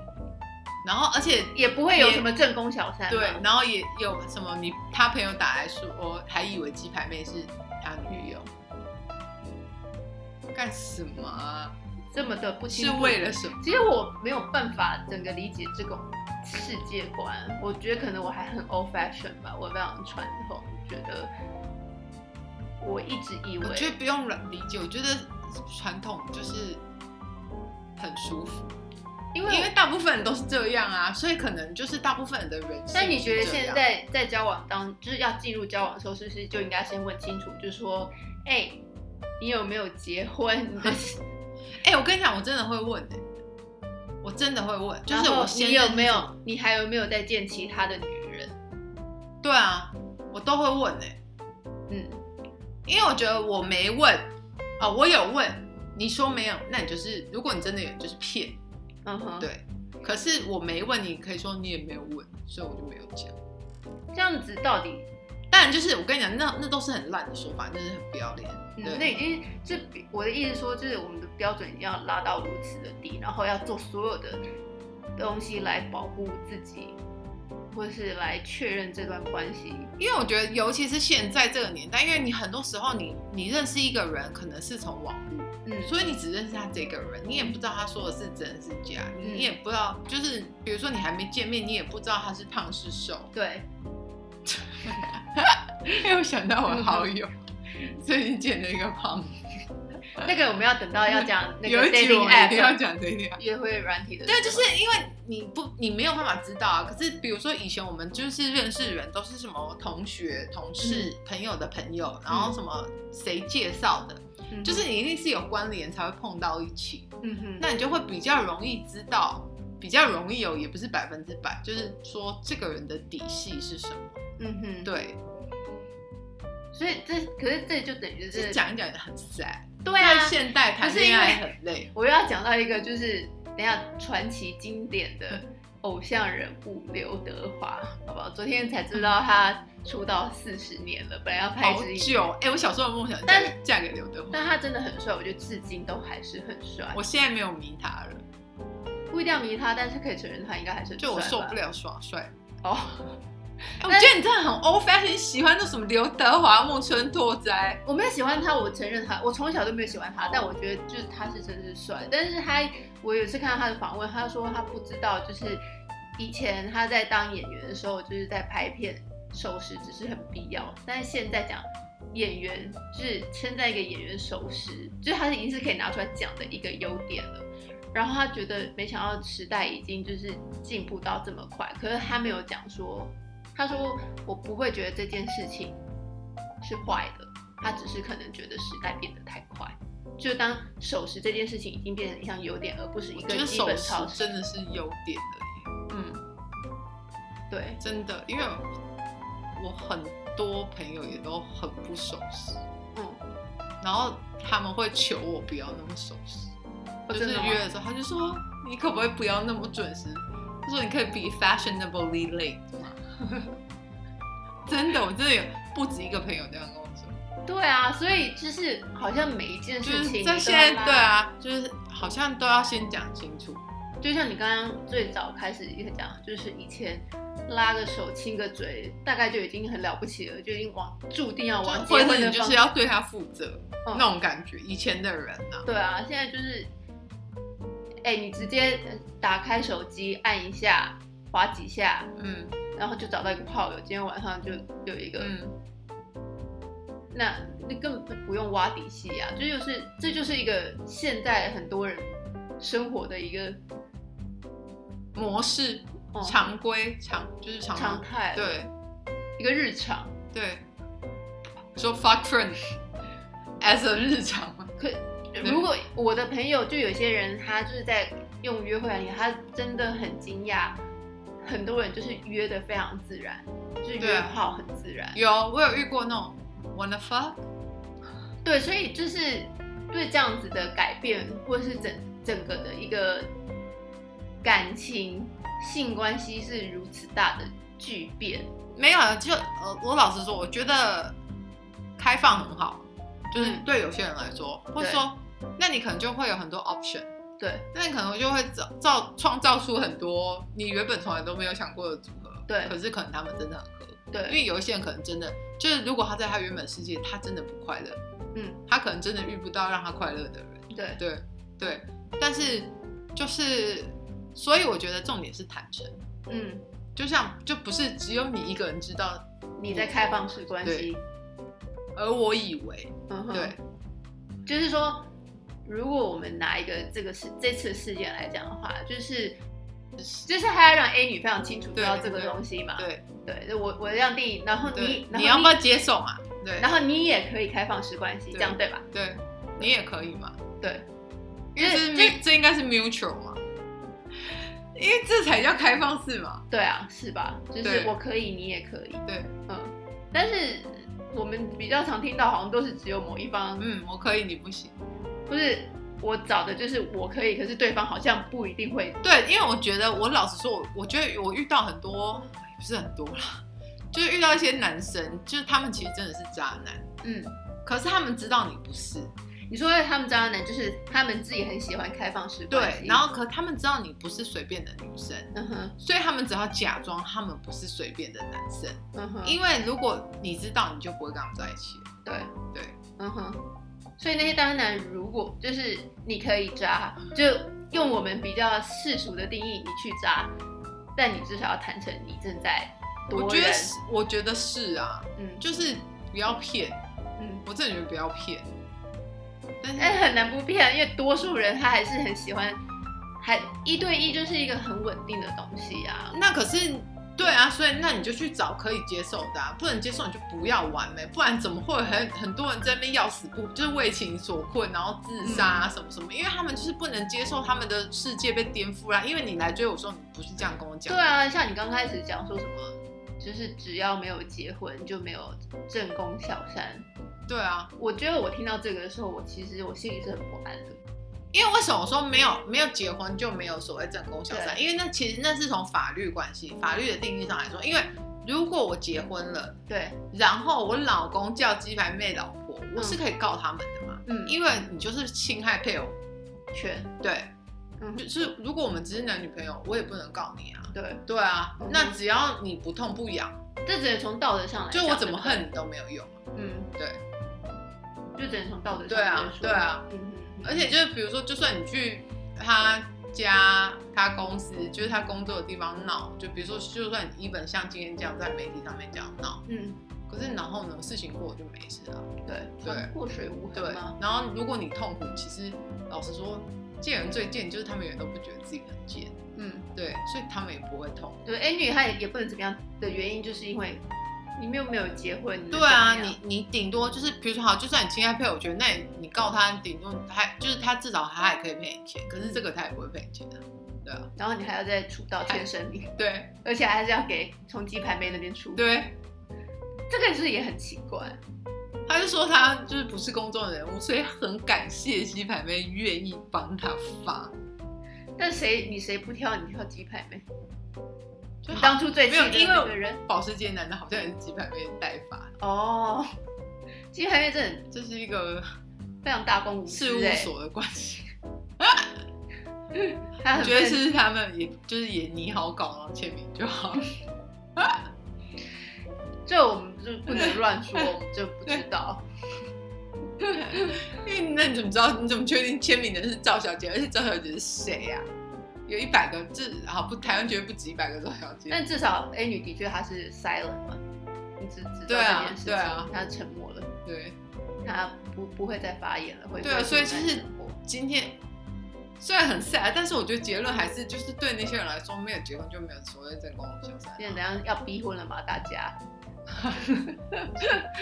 [SPEAKER 1] 然后而且
[SPEAKER 2] 也不会有
[SPEAKER 1] 也
[SPEAKER 2] 什么正宫小三嘛，
[SPEAKER 1] 对，然后也有什么你他朋友打来说，我还以为鸡排妹是他女友，干什么啊、
[SPEAKER 2] 这么的不清
[SPEAKER 1] 是
[SPEAKER 2] 楚
[SPEAKER 1] 为了什么？
[SPEAKER 2] 其实我没有办法整个理解这种世界观，我觉得可能我还很 old fashion 吧，我非常传统，觉得我一直以为
[SPEAKER 1] 我觉得不用理解，我觉得传统就是很舒服，
[SPEAKER 2] 因
[SPEAKER 1] 因
[SPEAKER 2] 为
[SPEAKER 1] 为大部分人都是这样啊，所以可能就是大部分人的人性。
[SPEAKER 2] 但你觉得现？在在交往当就是要进入交往的时候，是不是就应该先问清楚，就是说，哎、你有没有结婚？
[SPEAKER 1] 嗯
[SPEAKER 2] 你的
[SPEAKER 1] 哎、我跟你讲，我真的会问、欸，我真的会问，就
[SPEAKER 2] 然
[SPEAKER 1] 是
[SPEAKER 2] 后
[SPEAKER 1] 我先
[SPEAKER 2] 你有没有，你还有没有再见其他的女人？
[SPEAKER 1] 对啊，我都会问诶、欸
[SPEAKER 2] 嗯，
[SPEAKER 1] 因为我觉得我没问，哦，我有问，你说没有，那你就是，如果你真的有，你就是骗，
[SPEAKER 2] 嗯哼，，
[SPEAKER 1] 对。可是我没问，你可以说你也没有问，所以我就没有讲。
[SPEAKER 2] 这样子到底
[SPEAKER 1] 当然，就是我跟你讲，那那都是很烂的说法，那是很不要脸。
[SPEAKER 2] 嗯，那
[SPEAKER 1] 对，
[SPEAKER 2] 已经这比我的意思说，就是我们的标准一定要拉到如此的低，然后要做所有的东西来保护自己，或是来确认这段关系。
[SPEAKER 1] 因为我觉得，尤其是现在这个年代，因为你很多时候你你认识一个人，可能是从网络，
[SPEAKER 2] 嗯，
[SPEAKER 1] 所以你只认识他这个人，你也不知道他说的是真是假，
[SPEAKER 2] 嗯
[SPEAKER 1] 你也不知道，就是比如说你还没见面，你也不知道他是胖是瘦，
[SPEAKER 2] 对，
[SPEAKER 1] 因为我想到我
[SPEAKER 2] 嗯
[SPEAKER 1] 好友 最近见了一个胖子，
[SPEAKER 2] 那个我们要等到要讲那
[SPEAKER 1] 有
[SPEAKER 2] 个
[SPEAKER 1] 一集我
[SPEAKER 2] dating
[SPEAKER 1] 们一定要
[SPEAKER 2] app 啊
[SPEAKER 1] 讲这一点。
[SPEAKER 2] 约会软体的时候，
[SPEAKER 1] 对，啊就是因为你不，你没有办法知道啊。可是比如说以前我们就是认识人都是什么同学、同事、
[SPEAKER 2] 嗯
[SPEAKER 1] 朋友的朋友，然后什么谁介绍的，
[SPEAKER 2] 嗯
[SPEAKER 1] 就是你一定是有关联才会碰到一起，
[SPEAKER 2] 嗯哼，
[SPEAKER 1] 那你就会比较容易知道，比较容易有，也不是百分之百，就是说这个人的底细是什么。
[SPEAKER 2] 嗯哼，，
[SPEAKER 1] 对，
[SPEAKER 2] 所以这可是这就等于
[SPEAKER 1] 就是
[SPEAKER 2] 是
[SPEAKER 1] 讲一讲也很 sad。
[SPEAKER 2] 对啊
[SPEAKER 1] 在，现代谈
[SPEAKER 2] 不是因
[SPEAKER 1] 恋
[SPEAKER 2] 为
[SPEAKER 1] 爱很累。
[SPEAKER 2] 我又要讲到一个就是等一下传奇经典的偶像人物刘德华，好不好？昨天才知道他出道四十年了，本来要拍
[SPEAKER 1] 好
[SPEAKER 2] 一支影
[SPEAKER 1] 久，哎、我小时候的梦想
[SPEAKER 2] 但
[SPEAKER 1] 嫁嫁给刘德华，
[SPEAKER 2] 但他真的很帅，我觉得至今都还是很帅。
[SPEAKER 1] 我现在没有迷他了，
[SPEAKER 2] 不一定要迷他，但是可以承认他应该还是很帅
[SPEAKER 1] 就我受
[SPEAKER 2] 吧
[SPEAKER 1] 不了耍帅。
[SPEAKER 2] 哦。
[SPEAKER 1] 哎、我觉得你真的很 old fashion，你喜欢那什么刘德华、木村拓哉，
[SPEAKER 2] 我没有喜欢他，我承认他，我从小都没有喜欢他，但我觉得就是他是真的是帅。但是他，我有一次看到他的访问，他说他不知道，就是以前他在当演员的时候，就是在拍片守时只是很必要，但是现在讲演员就是现在一个演员守时，就是他已经是可以拿出来讲的一个优点了。然后他觉得没想到时代已经就是进步到这么快，可是他没有讲说，他说我不会觉得这件事情是坏的，他只是可能觉得时代变得太快，就当守时这件事情已经变成一项优点，而不是一
[SPEAKER 1] 我
[SPEAKER 2] 个
[SPEAKER 1] 觉得
[SPEAKER 2] 基
[SPEAKER 1] 手
[SPEAKER 2] 本
[SPEAKER 1] 势
[SPEAKER 2] 操守。
[SPEAKER 1] 真的是优点的耶，
[SPEAKER 2] 嗯，对，
[SPEAKER 1] 真的，因为我很多朋友也都很不守时，
[SPEAKER 2] 嗯，
[SPEAKER 1] 然后他们会求我不要那么守时，
[SPEAKER 2] 哦
[SPEAKER 1] 就是
[SPEAKER 2] 真的吗
[SPEAKER 1] 约的时候他就说你可不可以不要那么准时？他说你可以 be fashionably late 吗？ 真的，我真的有不止一个朋友这样跟我说，
[SPEAKER 2] 对啊，所以就是好像每一件
[SPEAKER 1] 就
[SPEAKER 2] 事情，
[SPEAKER 1] 是在现在嗯对，啊，就是好像都要先讲清楚，
[SPEAKER 2] 就像你刚刚最早开始也讲，就是以前拉个手、亲个嘴，大概就已经很了不起了，就已经往注定要往结
[SPEAKER 1] 或者
[SPEAKER 2] 婚
[SPEAKER 1] 是
[SPEAKER 2] 的
[SPEAKER 1] 你就
[SPEAKER 2] 方
[SPEAKER 1] 是要对他负责、
[SPEAKER 2] 嗯
[SPEAKER 1] 那种感觉。以前的人啊，
[SPEAKER 2] 对啊，现在就是，哎、你直接呃打开手机按一下，滑几下，
[SPEAKER 1] 嗯
[SPEAKER 2] 然后就找到一个炮友，今天晚上就有一个，
[SPEAKER 1] 嗯，
[SPEAKER 2] 那你根本不用挖底细啊，这就是这就是一个现在很多人生活的一个、
[SPEAKER 1] 模式、
[SPEAKER 2] 嗯
[SPEAKER 1] 常规常就是常
[SPEAKER 2] 常态，，
[SPEAKER 1] 对
[SPEAKER 2] 一个日常。
[SPEAKER 1] 对，说 fuck friend as a 日常嘛，
[SPEAKER 2] 可
[SPEAKER 1] 嗯
[SPEAKER 2] 如果我的朋友就有些人，他就是在用约会来形容，他真的很惊讶，很多人就是约的非常自然，就是
[SPEAKER 1] 对
[SPEAKER 2] 约
[SPEAKER 1] 啊
[SPEAKER 2] 炮很自然。
[SPEAKER 1] 有我有遇过那种 wanna fuck，
[SPEAKER 2] 对，所以就是对这样子的改变，或是整整个的一个感情性关系是如此大的巨变。
[SPEAKER 1] 没有，就呃，我老实说，我觉得开放很好，就是
[SPEAKER 2] 嗯
[SPEAKER 1] 对有些人来说，或者
[SPEAKER 2] 对
[SPEAKER 1] 说，那你可能就会有很多 option，
[SPEAKER 2] 对
[SPEAKER 1] 那你可能就会造造创造出很多你原本从来都没有想过的组合。
[SPEAKER 2] 对
[SPEAKER 1] 可是可能他们真的很合，因
[SPEAKER 2] 对
[SPEAKER 1] 为有一些人可能真的就是，如果他在他原本世界，他真的不快乐，
[SPEAKER 2] 嗯，
[SPEAKER 1] 他可能真的遇不到让他快乐的人。
[SPEAKER 2] 对
[SPEAKER 1] 对对，但是就是，所以我觉得重点是坦诚，
[SPEAKER 2] 嗯，
[SPEAKER 1] 就像就不是只有你一个人知道，
[SPEAKER 2] 你在开放式关系，
[SPEAKER 1] 而我以为
[SPEAKER 2] 嗯哼，
[SPEAKER 1] 对，
[SPEAKER 2] 就是说，如果我们拿一个这个事这次事件来讲的话，就是就是他要让 A 女非常清楚知
[SPEAKER 1] 对
[SPEAKER 2] 道这个
[SPEAKER 1] 对
[SPEAKER 2] 东西嘛，
[SPEAKER 1] 对
[SPEAKER 2] 对，我我让电影，然后
[SPEAKER 1] 对
[SPEAKER 2] 啊你，然后
[SPEAKER 1] 你要不要接受嘛？对
[SPEAKER 2] 然后你也可以开放式关系，
[SPEAKER 1] 对
[SPEAKER 2] 这样对吧？
[SPEAKER 1] 对，你也可以嘛？
[SPEAKER 2] 对，
[SPEAKER 1] 因为这是
[SPEAKER 2] 这
[SPEAKER 1] mu- 这应该是 mutual 嘛，因为这才叫开放式嘛。
[SPEAKER 2] 对啊，是吧？就是
[SPEAKER 1] 对
[SPEAKER 2] 我可以，你也可以，
[SPEAKER 1] 对，
[SPEAKER 2] 嗯。但是我们比较常听到，好像都是只有某一方，
[SPEAKER 1] 嗯，我可以，你不行。
[SPEAKER 2] 不是我找的就是我可以，可是对方好像不一定会。
[SPEAKER 1] 对，因为我觉得，我老实说，我我觉得我遇到很多，也不是很多啦，就是遇到一些男生，就是他们其实真的是渣男，
[SPEAKER 2] 嗯，
[SPEAKER 1] 可是他们知道你不是，
[SPEAKER 2] 你说的他们渣男，就是他们自己很喜欢开放式关系
[SPEAKER 1] 对，然后可他们知道你不是随便的女生，
[SPEAKER 2] 嗯哼，
[SPEAKER 1] 所以他们只好假装他们不是随便的男生，
[SPEAKER 2] 嗯哼，
[SPEAKER 1] 因为如果你知道，你就不会跟他们在一起了。
[SPEAKER 2] 对，
[SPEAKER 1] 对，
[SPEAKER 2] 嗯哼。所以那些渣男，如果就是你可以渣，就用我们比较世俗的定义，你去渣，但你至少要坦诚你正在多人。
[SPEAKER 1] 我觉得是，我觉得是啊，
[SPEAKER 2] 嗯
[SPEAKER 1] 就是不要骗，
[SPEAKER 2] 嗯，
[SPEAKER 1] 我真的觉得不要骗，但是、
[SPEAKER 2] 但很难不骗，因为多数人他还是很喜欢，还一对一就是一个很稳定的东西啊。
[SPEAKER 1] 那可是对啊，所以那你就去找可以接受的、啊，不能接受你就不要玩呗、不然怎么会有很很多人在那边要死不就是为情所困，然后自杀、啊什么什么？因为他们就是不能接受他们的世界被颠覆啊啦、因为你来追我说你不是这样跟我讲，
[SPEAKER 2] 对啊，像你刚开始讲说什么，就是只要没有结婚就没有正宫小三，
[SPEAKER 1] 对啊，
[SPEAKER 2] 我觉得我听到这个的时候，我其实我心里是很不安的。
[SPEAKER 1] 因为为什么我说没有没有结婚就没有所谓正宫小三？
[SPEAKER 2] 对
[SPEAKER 1] 因为那其实那是从法律关系、法律的定义上来说，因为如果我结婚了，
[SPEAKER 2] 对，
[SPEAKER 1] 然后我老公叫鸡排妹老婆，我是可以告他们的嘛，
[SPEAKER 2] 嗯，
[SPEAKER 1] 因为你就是侵害配偶
[SPEAKER 2] 全
[SPEAKER 1] 对，
[SPEAKER 2] 嗯
[SPEAKER 1] 就是如果我们只是男女朋友，我也不能告你啊。
[SPEAKER 2] 对，
[SPEAKER 1] 对啊
[SPEAKER 2] 嗯，
[SPEAKER 1] 那只要你不痛不痒，
[SPEAKER 2] 这只能从道德上来
[SPEAKER 1] 就
[SPEAKER 2] 讲，
[SPEAKER 1] 我怎么
[SPEAKER 2] 对不对
[SPEAKER 1] 恨你都没有用啊。
[SPEAKER 2] 哦嗯，
[SPEAKER 1] 对，
[SPEAKER 2] 就只能从道德上
[SPEAKER 1] 对啊
[SPEAKER 2] 来说
[SPEAKER 1] 对啊，
[SPEAKER 2] 嗯嗯嗯
[SPEAKER 1] 而且就是比如说，就算你去他家、他公司，就是他工作的地方闹，就比如说，就算你一本像今天这样在媒体上面这样闹，
[SPEAKER 2] 嗯，
[SPEAKER 1] 可是然后呢，事情过了就没事了。
[SPEAKER 2] 对，
[SPEAKER 1] 对
[SPEAKER 2] 船过水无
[SPEAKER 1] 对
[SPEAKER 2] 痕嘛，，
[SPEAKER 1] 然后如果你痛苦，其实老实说，贱人最贱，就是他们永远都不觉得自己很贱，
[SPEAKER 2] 嗯。
[SPEAKER 1] 对，所以他们也不会痛。
[SPEAKER 2] 对，A 女她也也不能怎么样的原因，就是因为你们又没有结婚。你能
[SPEAKER 1] 对啊，
[SPEAKER 2] 怎么样
[SPEAKER 1] 你你顶多就是，比如说好，就算你侵害配偶权，那你你告他，顶多还就是他至少他还可以赔你钱，可是这个他也不会赔你钱的、对啊，
[SPEAKER 2] 然后你还要再出道歉声明，
[SPEAKER 1] 对
[SPEAKER 2] 而且还是要给从鸡排妹那边出。，
[SPEAKER 1] 对，
[SPEAKER 2] 这个是也很奇怪。
[SPEAKER 1] 他就说他就是不是公众人物，所以很感谢鸡排妹愿意帮他发，
[SPEAKER 2] 但谁你谁不挑，你挑鸡排妹，
[SPEAKER 1] 就
[SPEAKER 2] 你
[SPEAKER 1] 好
[SPEAKER 2] 当初最
[SPEAKER 1] 没
[SPEAKER 2] 气
[SPEAKER 1] 有
[SPEAKER 2] 的
[SPEAKER 1] 因
[SPEAKER 2] 那个
[SPEAKER 1] 为
[SPEAKER 2] 人。
[SPEAKER 1] 保时捷男的好像也是鸡排妹代发，
[SPEAKER 2] 哦，鸡排妹真的
[SPEAKER 1] 这是一个
[SPEAKER 2] 非常大公无
[SPEAKER 1] 事
[SPEAKER 2] 私
[SPEAKER 1] 务
[SPEAKER 2] 哎、
[SPEAKER 1] 所的关系，
[SPEAKER 2] 她
[SPEAKER 1] 我
[SPEAKER 2] 很
[SPEAKER 1] 觉得
[SPEAKER 2] 笨
[SPEAKER 1] 是他们也就是也你好搞，然后签名就好了，
[SPEAKER 2] 这我们就不能乱说，我们就不知道。
[SPEAKER 1] 因为那你怎么知道？你怎么确定签名的是赵小姐？而且赵小姐是谁呀、有一百个，至好不，台湾绝对不止一百个赵小姐。
[SPEAKER 2] 但至少 A 女的确她是 silent 嘛，你只知道
[SPEAKER 1] 对啊
[SPEAKER 2] 这件事
[SPEAKER 1] 对啊
[SPEAKER 2] 情，她沉默了，
[SPEAKER 1] 对
[SPEAKER 2] 她不不会再发言了，会
[SPEAKER 1] 对啊，所以就
[SPEAKER 2] 会
[SPEAKER 1] 是
[SPEAKER 2] 沉默
[SPEAKER 1] 今天虽然很 sad，但是我觉得结论还是就是对那些人来说，没有结婚就没有所谓正宫与小三啊。
[SPEAKER 2] 现在怎样要逼婚了嘛？大家，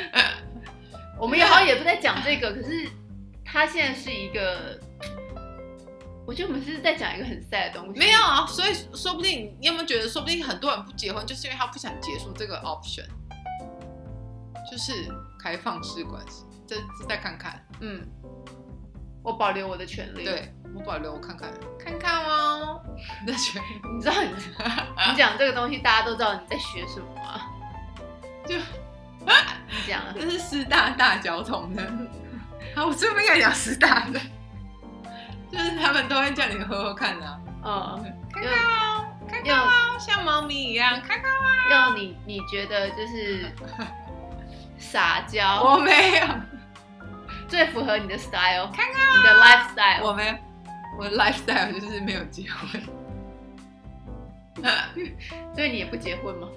[SPEAKER 2] 我们也好像也不在讲这个，可是他现在是一个，我觉得我们是在讲一个很 sad 的东西。
[SPEAKER 1] 没有，啊，所以说不定你有没有觉得，说不定很多人不结婚，就是因为他不想结束这个 option，就是开放式关系。这这再看看，
[SPEAKER 2] 嗯，我保留我的权利。，
[SPEAKER 1] 对我保留我看看看看哦。 那觉得
[SPEAKER 2] 你知 道你你讲这个东西，大家都知道你在学什么吗？
[SPEAKER 1] 就
[SPEAKER 2] 你讲了，
[SPEAKER 1] 这是师大大交通的， 啊，我最不应该讲师大的， 就是他们都会叫你喝喝看的、啊，
[SPEAKER 2] 嗯，
[SPEAKER 1] 看看哦，看看哦，像猫咪一样看看。
[SPEAKER 2] 让你你觉 得就是撒娇，
[SPEAKER 1] 我没有，
[SPEAKER 2] 最符合你的 style，看看你的
[SPEAKER 1] 啊
[SPEAKER 2] lifestyle。
[SPEAKER 1] 我没有，我 lifestyle 就是没有结婚。
[SPEAKER 2] 所以你也不结婚吗？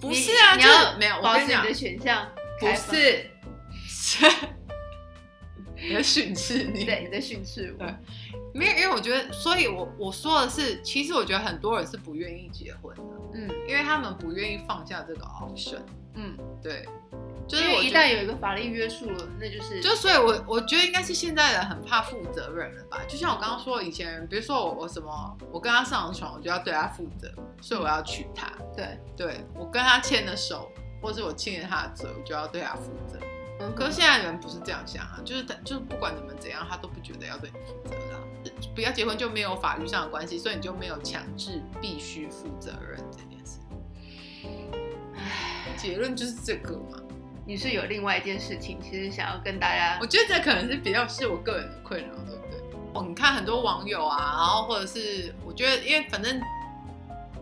[SPEAKER 1] 不是啊，
[SPEAKER 2] 你
[SPEAKER 1] 就
[SPEAKER 2] 你要
[SPEAKER 1] 是没有。我
[SPEAKER 2] 保
[SPEAKER 1] 跟
[SPEAKER 2] 持
[SPEAKER 1] 你讲
[SPEAKER 2] 你的，选项，
[SPEAKER 1] 不
[SPEAKER 2] 开放
[SPEAKER 1] 是，是，我在训斥 你。
[SPEAKER 2] 对你在训斥我
[SPEAKER 1] 对。没有，因为我觉得，所以我我说的是，其实我觉得很多人是不愿意结婚的，
[SPEAKER 2] 嗯
[SPEAKER 1] 因为他们不愿意放下这个 option。
[SPEAKER 2] 嗯，
[SPEAKER 1] 对，就
[SPEAKER 2] 就是是
[SPEAKER 1] 我
[SPEAKER 2] 一
[SPEAKER 1] 觉得
[SPEAKER 2] 旦有一个法律约束了，那就是
[SPEAKER 1] 就所以我，我觉得应该是现在人很怕负责任了吧？就像我刚刚说，以前人，比如说我我什么，我跟他上床，我就要对他负责，所以我要娶她。
[SPEAKER 2] 对。
[SPEAKER 1] 对我跟他牵的手，或是我亲了他的嘴，我就要对他负责。
[SPEAKER 2] 嗯
[SPEAKER 1] 可是现在人不是这样想啊，就是他就是不管你们怎样，他都不觉得要对你负责啦。不要结婚就没有法律上的关系，所以你就没有强制必须负责任这件事。唉结论就是这个嘛。
[SPEAKER 2] 你是有另外一件事情，其实想要跟大家
[SPEAKER 1] 我，觉得这可能是比较是我个人的困扰，对不对？我你看很多网友啊，然后或者是我觉得，因为反正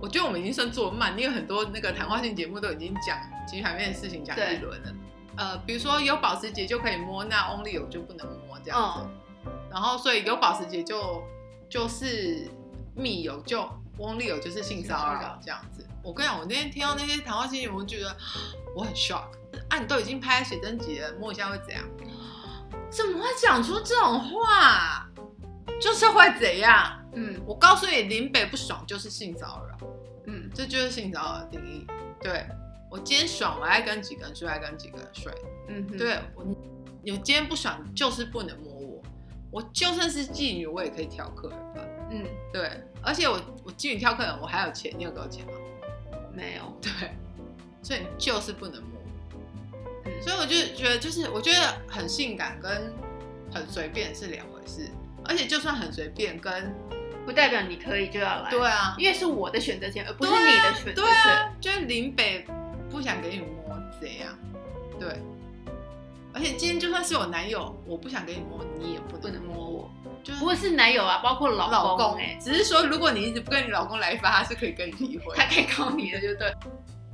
[SPEAKER 1] 我觉得我们已经算做得慢，因为很多那个谈话性节目都已经讲鸡排面的事情讲一轮了。呃，比如说有保时捷就可以摸，那 Only 我就不能摸这样子。然后所以有保时捷就就是密友就 Only 友就是性骚
[SPEAKER 2] 性骚
[SPEAKER 1] 扰
[SPEAKER 2] 扰
[SPEAKER 1] 这样子。我跟你讲，我那天听到那些谈话性节目，我觉得我很 shock。啊，你都已经拍写真集了，摸一下会怎样？怎么会讲出这种话？就是会怎样？
[SPEAKER 2] 嗯
[SPEAKER 1] 我告诉你，林北不爽就是性骚扰，
[SPEAKER 2] 嗯
[SPEAKER 1] 这就是性骚扰的定义。对我今天爽，我爱跟几个人睡，爱跟几个人睡。
[SPEAKER 2] 嗯哼，
[SPEAKER 1] 对我，你今天不爽，你就是不能摸我。我就算是妓女，我也可以挑客人吧。
[SPEAKER 2] 嗯
[SPEAKER 1] 对，而且我我妓女挑客人，我还有钱，你有给我钱吗？
[SPEAKER 2] 没有，
[SPEAKER 1] 对，所以你就是不能摸我。
[SPEAKER 2] 嗯
[SPEAKER 1] 所以我就觉得，就是我觉得很性感跟很随便是两回事，而且就算很随便跟
[SPEAKER 2] 不代表你可以就要来，
[SPEAKER 1] 对，啊，
[SPEAKER 2] 因为是我的选择权，而不是
[SPEAKER 1] 对啊
[SPEAKER 2] 你的选择
[SPEAKER 1] 对
[SPEAKER 2] 权，
[SPEAKER 1] 啊，就是林北不想给你摸怎样，对。而且今天就算是我男友，我不想给你摸，你也不
[SPEAKER 2] 不能
[SPEAKER 1] 能摸，
[SPEAKER 2] 摸我，
[SPEAKER 1] 就是
[SPEAKER 2] 嗯不过是男友啊，包括老
[SPEAKER 1] 老
[SPEAKER 2] 公
[SPEAKER 1] 公欸
[SPEAKER 2] 哎，
[SPEAKER 1] 只是说如果你一直不跟你老公来一发，他是可以跟你离婚。
[SPEAKER 2] 他可以告你的，就对，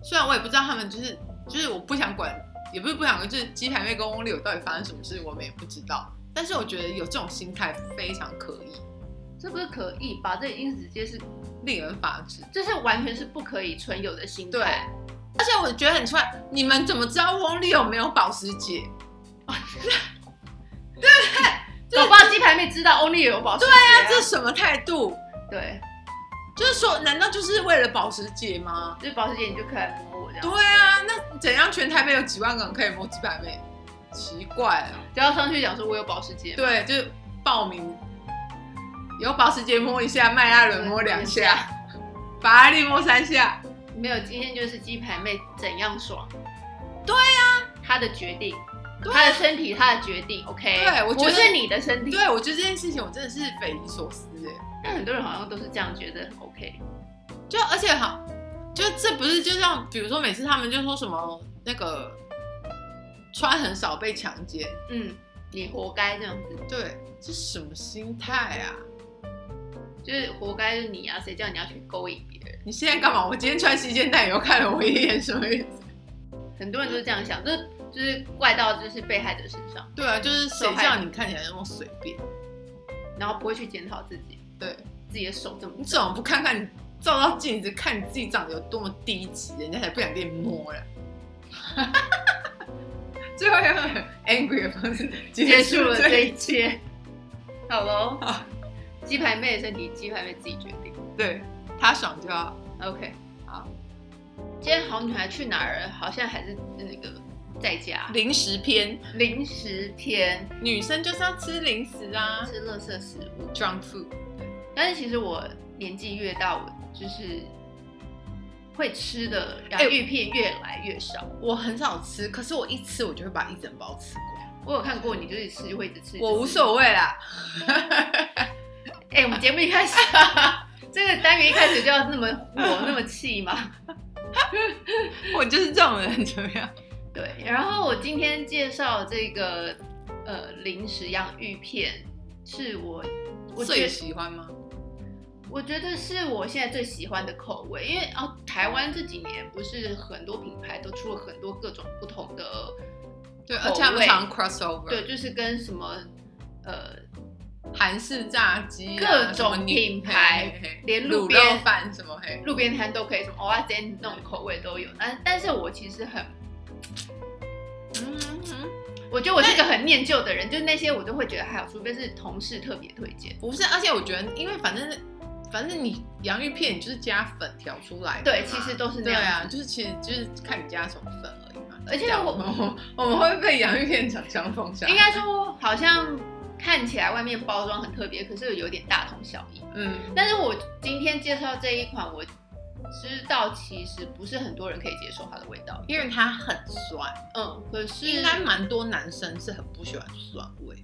[SPEAKER 1] 虽然我也不知道他们就是就是我不想管，也不是不想管，就是鸡排妹跟翁立友到底发生什么事，我们也不知道。但是我觉得有这种心态非常可疑，
[SPEAKER 2] 这不是可以吧？这已经直接是，
[SPEAKER 1] 令人发指。
[SPEAKER 2] 这是完全是不可以存有的心
[SPEAKER 1] 对
[SPEAKER 2] 态，
[SPEAKER 1] 而且我觉得很奇怪，你们怎么知道翁立友没有保时捷？
[SPEAKER 2] 搞不好鸡排妹知道 Only 有保时捷啊，
[SPEAKER 1] 这是什么态度？
[SPEAKER 2] 对，
[SPEAKER 1] 就是说，难道就是为了保时捷吗？
[SPEAKER 2] 就是保时捷你就可以来摸我这样
[SPEAKER 1] 对。啊，那怎样全台北有几万个人可以摸鸡排妹？奇怪啊！
[SPEAKER 2] 只要上去讲说我有保时捷，
[SPEAKER 1] 对，就是报名有保时捷摸一下，迈阿伦摸两下，法拉利摸三下，
[SPEAKER 2] 没有今天就是鸡排妹怎样爽，
[SPEAKER 1] 对
[SPEAKER 2] 呀、啊，她的决定，
[SPEAKER 1] 对啊
[SPEAKER 2] 她的身体，她的决定，OK，
[SPEAKER 1] 对我觉
[SPEAKER 2] 不
[SPEAKER 1] 得
[SPEAKER 2] 是你的身体，
[SPEAKER 1] 对我觉得这件事情我真的是匪夷所思哎，
[SPEAKER 2] 但很多人好像都是这样觉得很 OK，
[SPEAKER 1] 就而且好，就这不是就像比如说每次他们就说什么那个穿很少被强奸，
[SPEAKER 2] 嗯，你活该这样子，
[SPEAKER 1] 对，这什么心态啊？
[SPEAKER 2] 就是活该是你啊，谁叫你要去勾引别人？
[SPEAKER 1] 你现在干嘛？我今天穿西肩带，你又看了我一眼，什么意思？
[SPEAKER 2] 很多人都是这样想，就是就是怪到就是被害者身上，
[SPEAKER 1] 对啊，就是谁
[SPEAKER 2] 受害
[SPEAKER 1] 叫你看起来那么随便？
[SPEAKER 2] 然后不会去检讨自己，
[SPEAKER 1] 对
[SPEAKER 2] 自己的手这么
[SPEAKER 1] 你怎么不看看你照照镜子，看你自己长得有多么低级，人家才不想给你摸了。最后用很 angry 的方式
[SPEAKER 2] 结束了这
[SPEAKER 1] 一
[SPEAKER 2] 一切。好喽
[SPEAKER 1] 好，
[SPEAKER 2] 鸡排妹的身体，鸡排妹自己决定。
[SPEAKER 1] 对他爽就好。
[SPEAKER 2] OK，
[SPEAKER 1] 好。
[SPEAKER 2] 今天《好女孩去哪儿》好像还是那个在家
[SPEAKER 1] 零食篇，
[SPEAKER 2] 零食天
[SPEAKER 1] 女生就是要吃零食啊
[SPEAKER 2] 吃垃圾食物，
[SPEAKER 1] ，junk food。
[SPEAKER 2] 但是其实我年纪越大，我就是会吃的洋芋片越来越少。
[SPEAKER 1] 我很少吃，可是我一吃我就会把一整包吃光，
[SPEAKER 2] 我有看过你，就是吃就会一直吃。
[SPEAKER 1] 我
[SPEAKER 2] 一
[SPEAKER 1] 无
[SPEAKER 2] 直吃
[SPEAKER 1] 所谓啦。
[SPEAKER 2] 哎、我们节目一开始， 这个单元一开始就要那么火那么气吗？
[SPEAKER 1] 我就是这种人，怎么样？
[SPEAKER 2] 对，然后我今天介绍这个呃零食洋芋片，是我我觉
[SPEAKER 1] 最
[SPEAKER 2] 得
[SPEAKER 1] 喜欢吗？
[SPEAKER 2] 我觉得是我现在最喜欢的口味，因为哦，台湾这几年不是很多品牌都出了很多各种不同的，
[SPEAKER 1] 对，
[SPEAKER 2] 口味
[SPEAKER 1] 而且他们常 crossover，
[SPEAKER 2] 对，，就是跟什么呃
[SPEAKER 1] 韩式炸鸡啊、
[SPEAKER 2] 各种
[SPEAKER 1] 什么牛
[SPEAKER 2] 品牌
[SPEAKER 1] 嘿嘿嘿
[SPEAKER 2] 连路
[SPEAKER 1] 卤
[SPEAKER 2] 边
[SPEAKER 1] 肉饭什么嘿，
[SPEAKER 2] 路边摊都可以，什么蚵仔煎那种口味都有。但但是我其实很，
[SPEAKER 1] 嗯嗯嗯
[SPEAKER 2] 我觉得我是一个很念旧的人，就是那些我都会觉得还好，除非是同事特别推荐。
[SPEAKER 1] 不是，而且我觉得，因为反正反正你洋芋片你就是加粉调出来的嘛，
[SPEAKER 2] 对，其实都是那
[SPEAKER 1] 对
[SPEAKER 2] 样。
[SPEAKER 1] 啊，就是其实就是看你加什么粉而已嘛。
[SPEAKER 2] 而且
[SPEAKER 1] 这样
[SPEAKER 2] 我
[SPEAKER 1] 们我们会被洋芋片厂商封杀，
[SPEAKER 2] 应该说好像看起来外面包装很特别，可是有点大同小异。
[SPEAKER 1] 嗯，
[SPEAKER 2] 但是我今天介绍这一款，我知道其实不是很多人可以接受它的味道。
[SPEAKER 1] 因为它很酸，
[SPEAKER 2] 嗯，可是
[SPEAKER 1] 应该蛮多男生是很不喜欢酸味，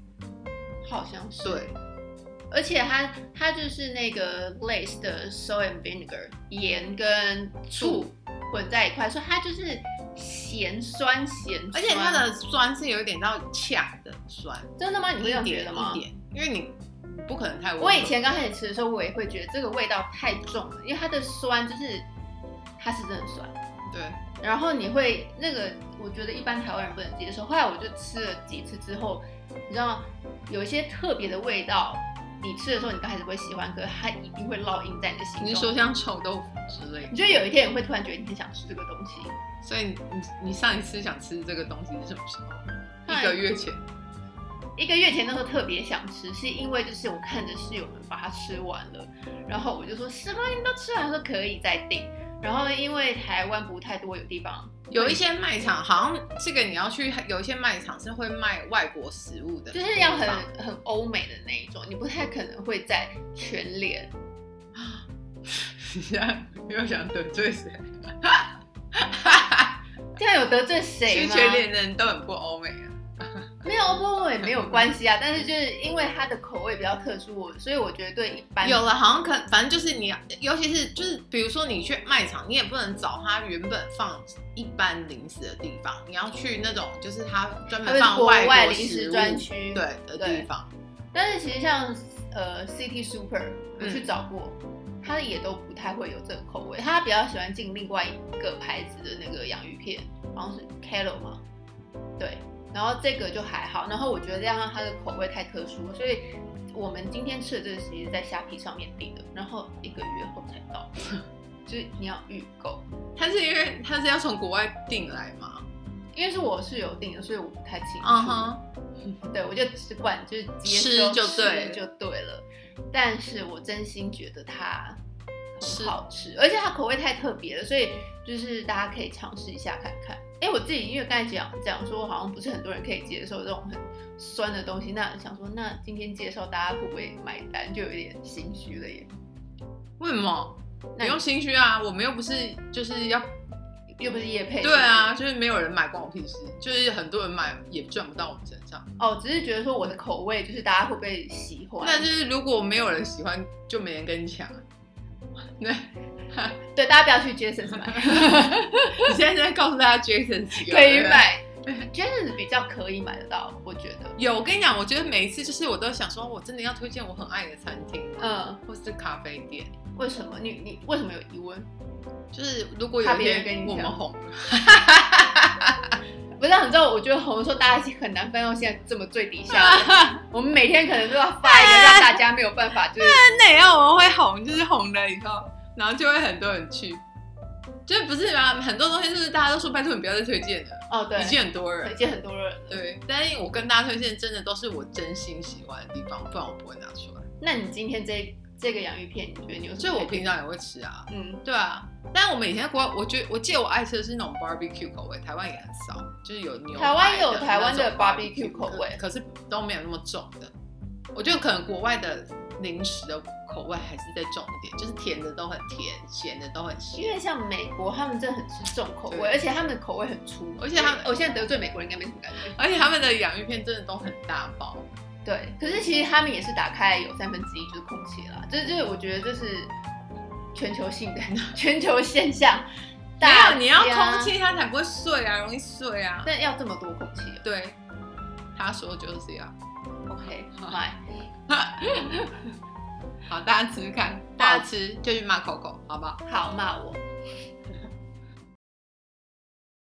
[SPEAKER 2] 好像是。
[SPEAKER 1] 对，
[SPEAKER 2] 而且它它就是那个 lace 的 salt and vinegar 盐跟醋混在一块，所以它就是咸酸咸酸。
[SPEAKER 1] 而且它的酸是有一点到呛的酸，
[SPEAKER 2] 真的吗？你会这
[SPEAKER 1] 一
[SPEAKER 2] 样觉
[SPEAKER 1] 点
[SPEAKER 2] 得吗
[SPEAKER 1] 一？点，因为你不可能太温和
[SPEAKER 2] 我以前刚开始吃的时候，我也会觉得这个味道太重了，因为它的酸就是它是真的酸。
[SPEAKER 1] 对。
[SPEAKER 2] 然后你会那个，我觉得一般台湾人不能接受。后来我就吃了几次之后，你知道有一些特别的味道，你吃的时候你刚开始不会喜欢，可是它一定会烙印在你的心中。
[SPEAKER 1] 你是说像臭豆腐之类
[SPEAKER 2] 你
[SPEAKER 1] 的？
[SPEAKER 2] 觉得有一天你会突然觉得你很想吃这个东西，
[SPEAKER 1] 所以你你你上一次想吃这个东西是什么时候？
[SPEAKER 2] 嗨
[SPEAKER 1] 一个月前。
[SPEAKER 2] 一个月前那时候特别想吃，是因为就是我看着室友们把它吃完了，然后我就说什么你们都吃完了，他说可以再订。然后因为台湾不太多有地方，
[SPEAKER 1] 有一些卖场
[SPEAKER 2] 嗯
[SPEAKER 1] 好像这个你要去，有一些卖场是会卖外国食物的，
[SPEAKER 2] 就是要很很欧美的那一种，你不太可能会在全联。
[SPEAKER 1] 你现在又想得罪谁？
[SPEAKER 2] 这样有得罪谁
[SPEAKER 1] 去
[SPEAKER 2] 吗？
[SPEAKER 1] 全联的人都很不欧美啊。
[SPEAKER 2] 没有，不过也没有关系啊。但是就是因为它的口味比较特殊，我所以我觉得对一般
[SPEAKER 1] 有了，好像可反正就是你，尤其是就是比如说你去卖场，你也不能找它原本放一般零食的地方，你要去那种就是它专
[SPEAKER 2] 它
[SPEAKER 1] 门
[SPEAKER 2] 是
[SPEAKER 1] 放
[SPEAKER 2] 国外
[SPEAKER 1] 国
[SPEAKER 2] 零食
[SPEAKER 1] 食物
[SPEAKER 2] 专区。
[SPEAKER 1] 对的
[SPEAKER 2] 对
[SPEAKER 1] 地方。
[SPEAKER 2] 但是其实像呃 City Super，我
[SPEAKER 1] 嗯
[SPEAKER 2] 去找过，它也都不太会有这个口味。它比较喜欢进另外一个牌子的那个洋芋片，好像是 Kalo 嘛，对。然后这个就还好，然后我觉得这样它的口味太特殊，所以我们今天吃的这个其实在虾皮上面订的，然后一个月后才到， 就是你要预购。
[SPEAKER 1] 它是因为它是要从国外订来嘛？
[SPEAKER 2] 因为是我室友订的，所以我不太清楚。
[SPEAKER 1] 嗯哼，
[SPEAKER 2] 对，我就只管就是接
[SPEAKER 1] 吃
[SPEAKER 2] 收
[SPEAKER 1] 就对
[SPEAKER 2] 吃就对了。但是我真心觉得它
[SPEAKER 1] 是
[SPEAKER 2] 很好吃，而且它口味太特别了，所以就是大家可以尝试一下看看。哎，我自己因为刚才讲讲说，好像不是很多人可以接受这种很酸的东西，那想说，那今天介绍大家会不会买单，就有点心虚了耶。
[SPEAKER 1] 为什么？不
[SPEAKER 2] 那
[SPEAKER 1] 用心虚啊，我们又不是就是要
[SPEAKER 2] 又不是叶配，
[SPEAKER 1] 对啊，就是没有人买关我屁事，就是很多人买也赚不到我们身上。
[SPEAKER 2] 哦，只是觉得说我的口味就是大家会不会喜欢？
[SPEAKER 1] 那就是如果没有人喜欢，就没人跟你抢啊。对，
[SPEAKER 2] 对，大家不要去 Jason's 买。
[SPEAKER 1] 你现在在告诉大家 Jason 几个
[SPEAKER 2] 可以
[SPEAKER 1] 人。
[SPEAKER 2] 买 j a s 比较可以买得到，我觉得。
[SPEAKER 1] 有，我跟你讲，我觉得每一次就是我都想说，我真的要推荐我很爱的餐厅，
[SPEAKER 2] 嗯，
[SPEAKER 1] 或是咖啡店，
[SPEAKER 2] 为什么？你你为什么有疑问？
[SPEAKER 1] 就是如果
[SPEAKER 2] 怕
[SPEAKER 1] 有一
[SPEAKER 2] 别人跟
[SPEAKER 1] 天
[SPEAKER 2] 你
[SPEAKER 1] 我们
[SPEAKER 2] 讲
[SPEAKER 1] 红，
[SPEAKER 2] 不是，你知道，我觉得红的时候大家很难翻到现在这么最底下 的。我们每天可能都要发一个，让大家没有办法，就是
[SPEAKER 1] 哪样我们会红？就是红了以后，然后就会很多人去，就是不是嘛？很多东西就是大家都说拜托你不要再推荐了，
[SPEAKER 2] 哦，对，
[SPEAKER 1] 已经很多人
[SPEAKER 2] 已。经很多人了。
[SPEAKER 1] 对，但是我跟大家推荐真的都是我真心喜欢的地方，不然我不会拿出来。
[SPEAKER 2] 那你今天这这个洋芋片，你觉得你有什么？
[SPEAKER 1] 所以我平常也会吃啊，
[SPEAKER 2] 嗯，
[SPEAKER 1] 对啊。但我们以前国，我觉得我记得我爱吃的是那种 barbecue 口味，台湾也很少，就是有牛排的
[SPEAKER 2] 台湾也有台湾的
[SPEAKER 1] 那种 barbecue
[SPEAKER 2] barbecue 口味
[SPEAKER 1] 可可是都没有那么重的。我觉得可能国外的零食的口味还是再重一点，就是甜的都很甜，咸的都很
[SPEAKER 2] 因
[SPEAKER 1] 咸。
[SPEAKER 2] 为像美国，他们真的很吃重口味，
[SPEAKER 1] 对
[SPEAKER 2] 而且他们口味很粗，
[SPEAKER 1] 而且他们
[SPEAKER 2] 我现在得罪美国人应该没什么感觉。
[SPEAKER 1] 而且他们的洋芋片真的都很大包，
[SPEAKER 2] 对，可是其实他们也是打开有三分之一就是空气啦，这就是我觉得这是全球性的 全球现象。
[SPEAKER 1] 没
[SPEAKER 2] 大
[SPEAKER 1] 有你要
[SPEAKER 2] 家
[SPEAKER 1] 空，气它才不会碎啊，容易碎啊。
[SPEAKER 2] 但要这么多空气哦
[SPEAKER 1] 对，他说就是这样。
[SPEAKER 2] ，OK，买。
[SPEAKER 1] 好，大家吃吃看，不好吃就去骂 Coco，好不好？
[SPEAKER 2] 好骂我，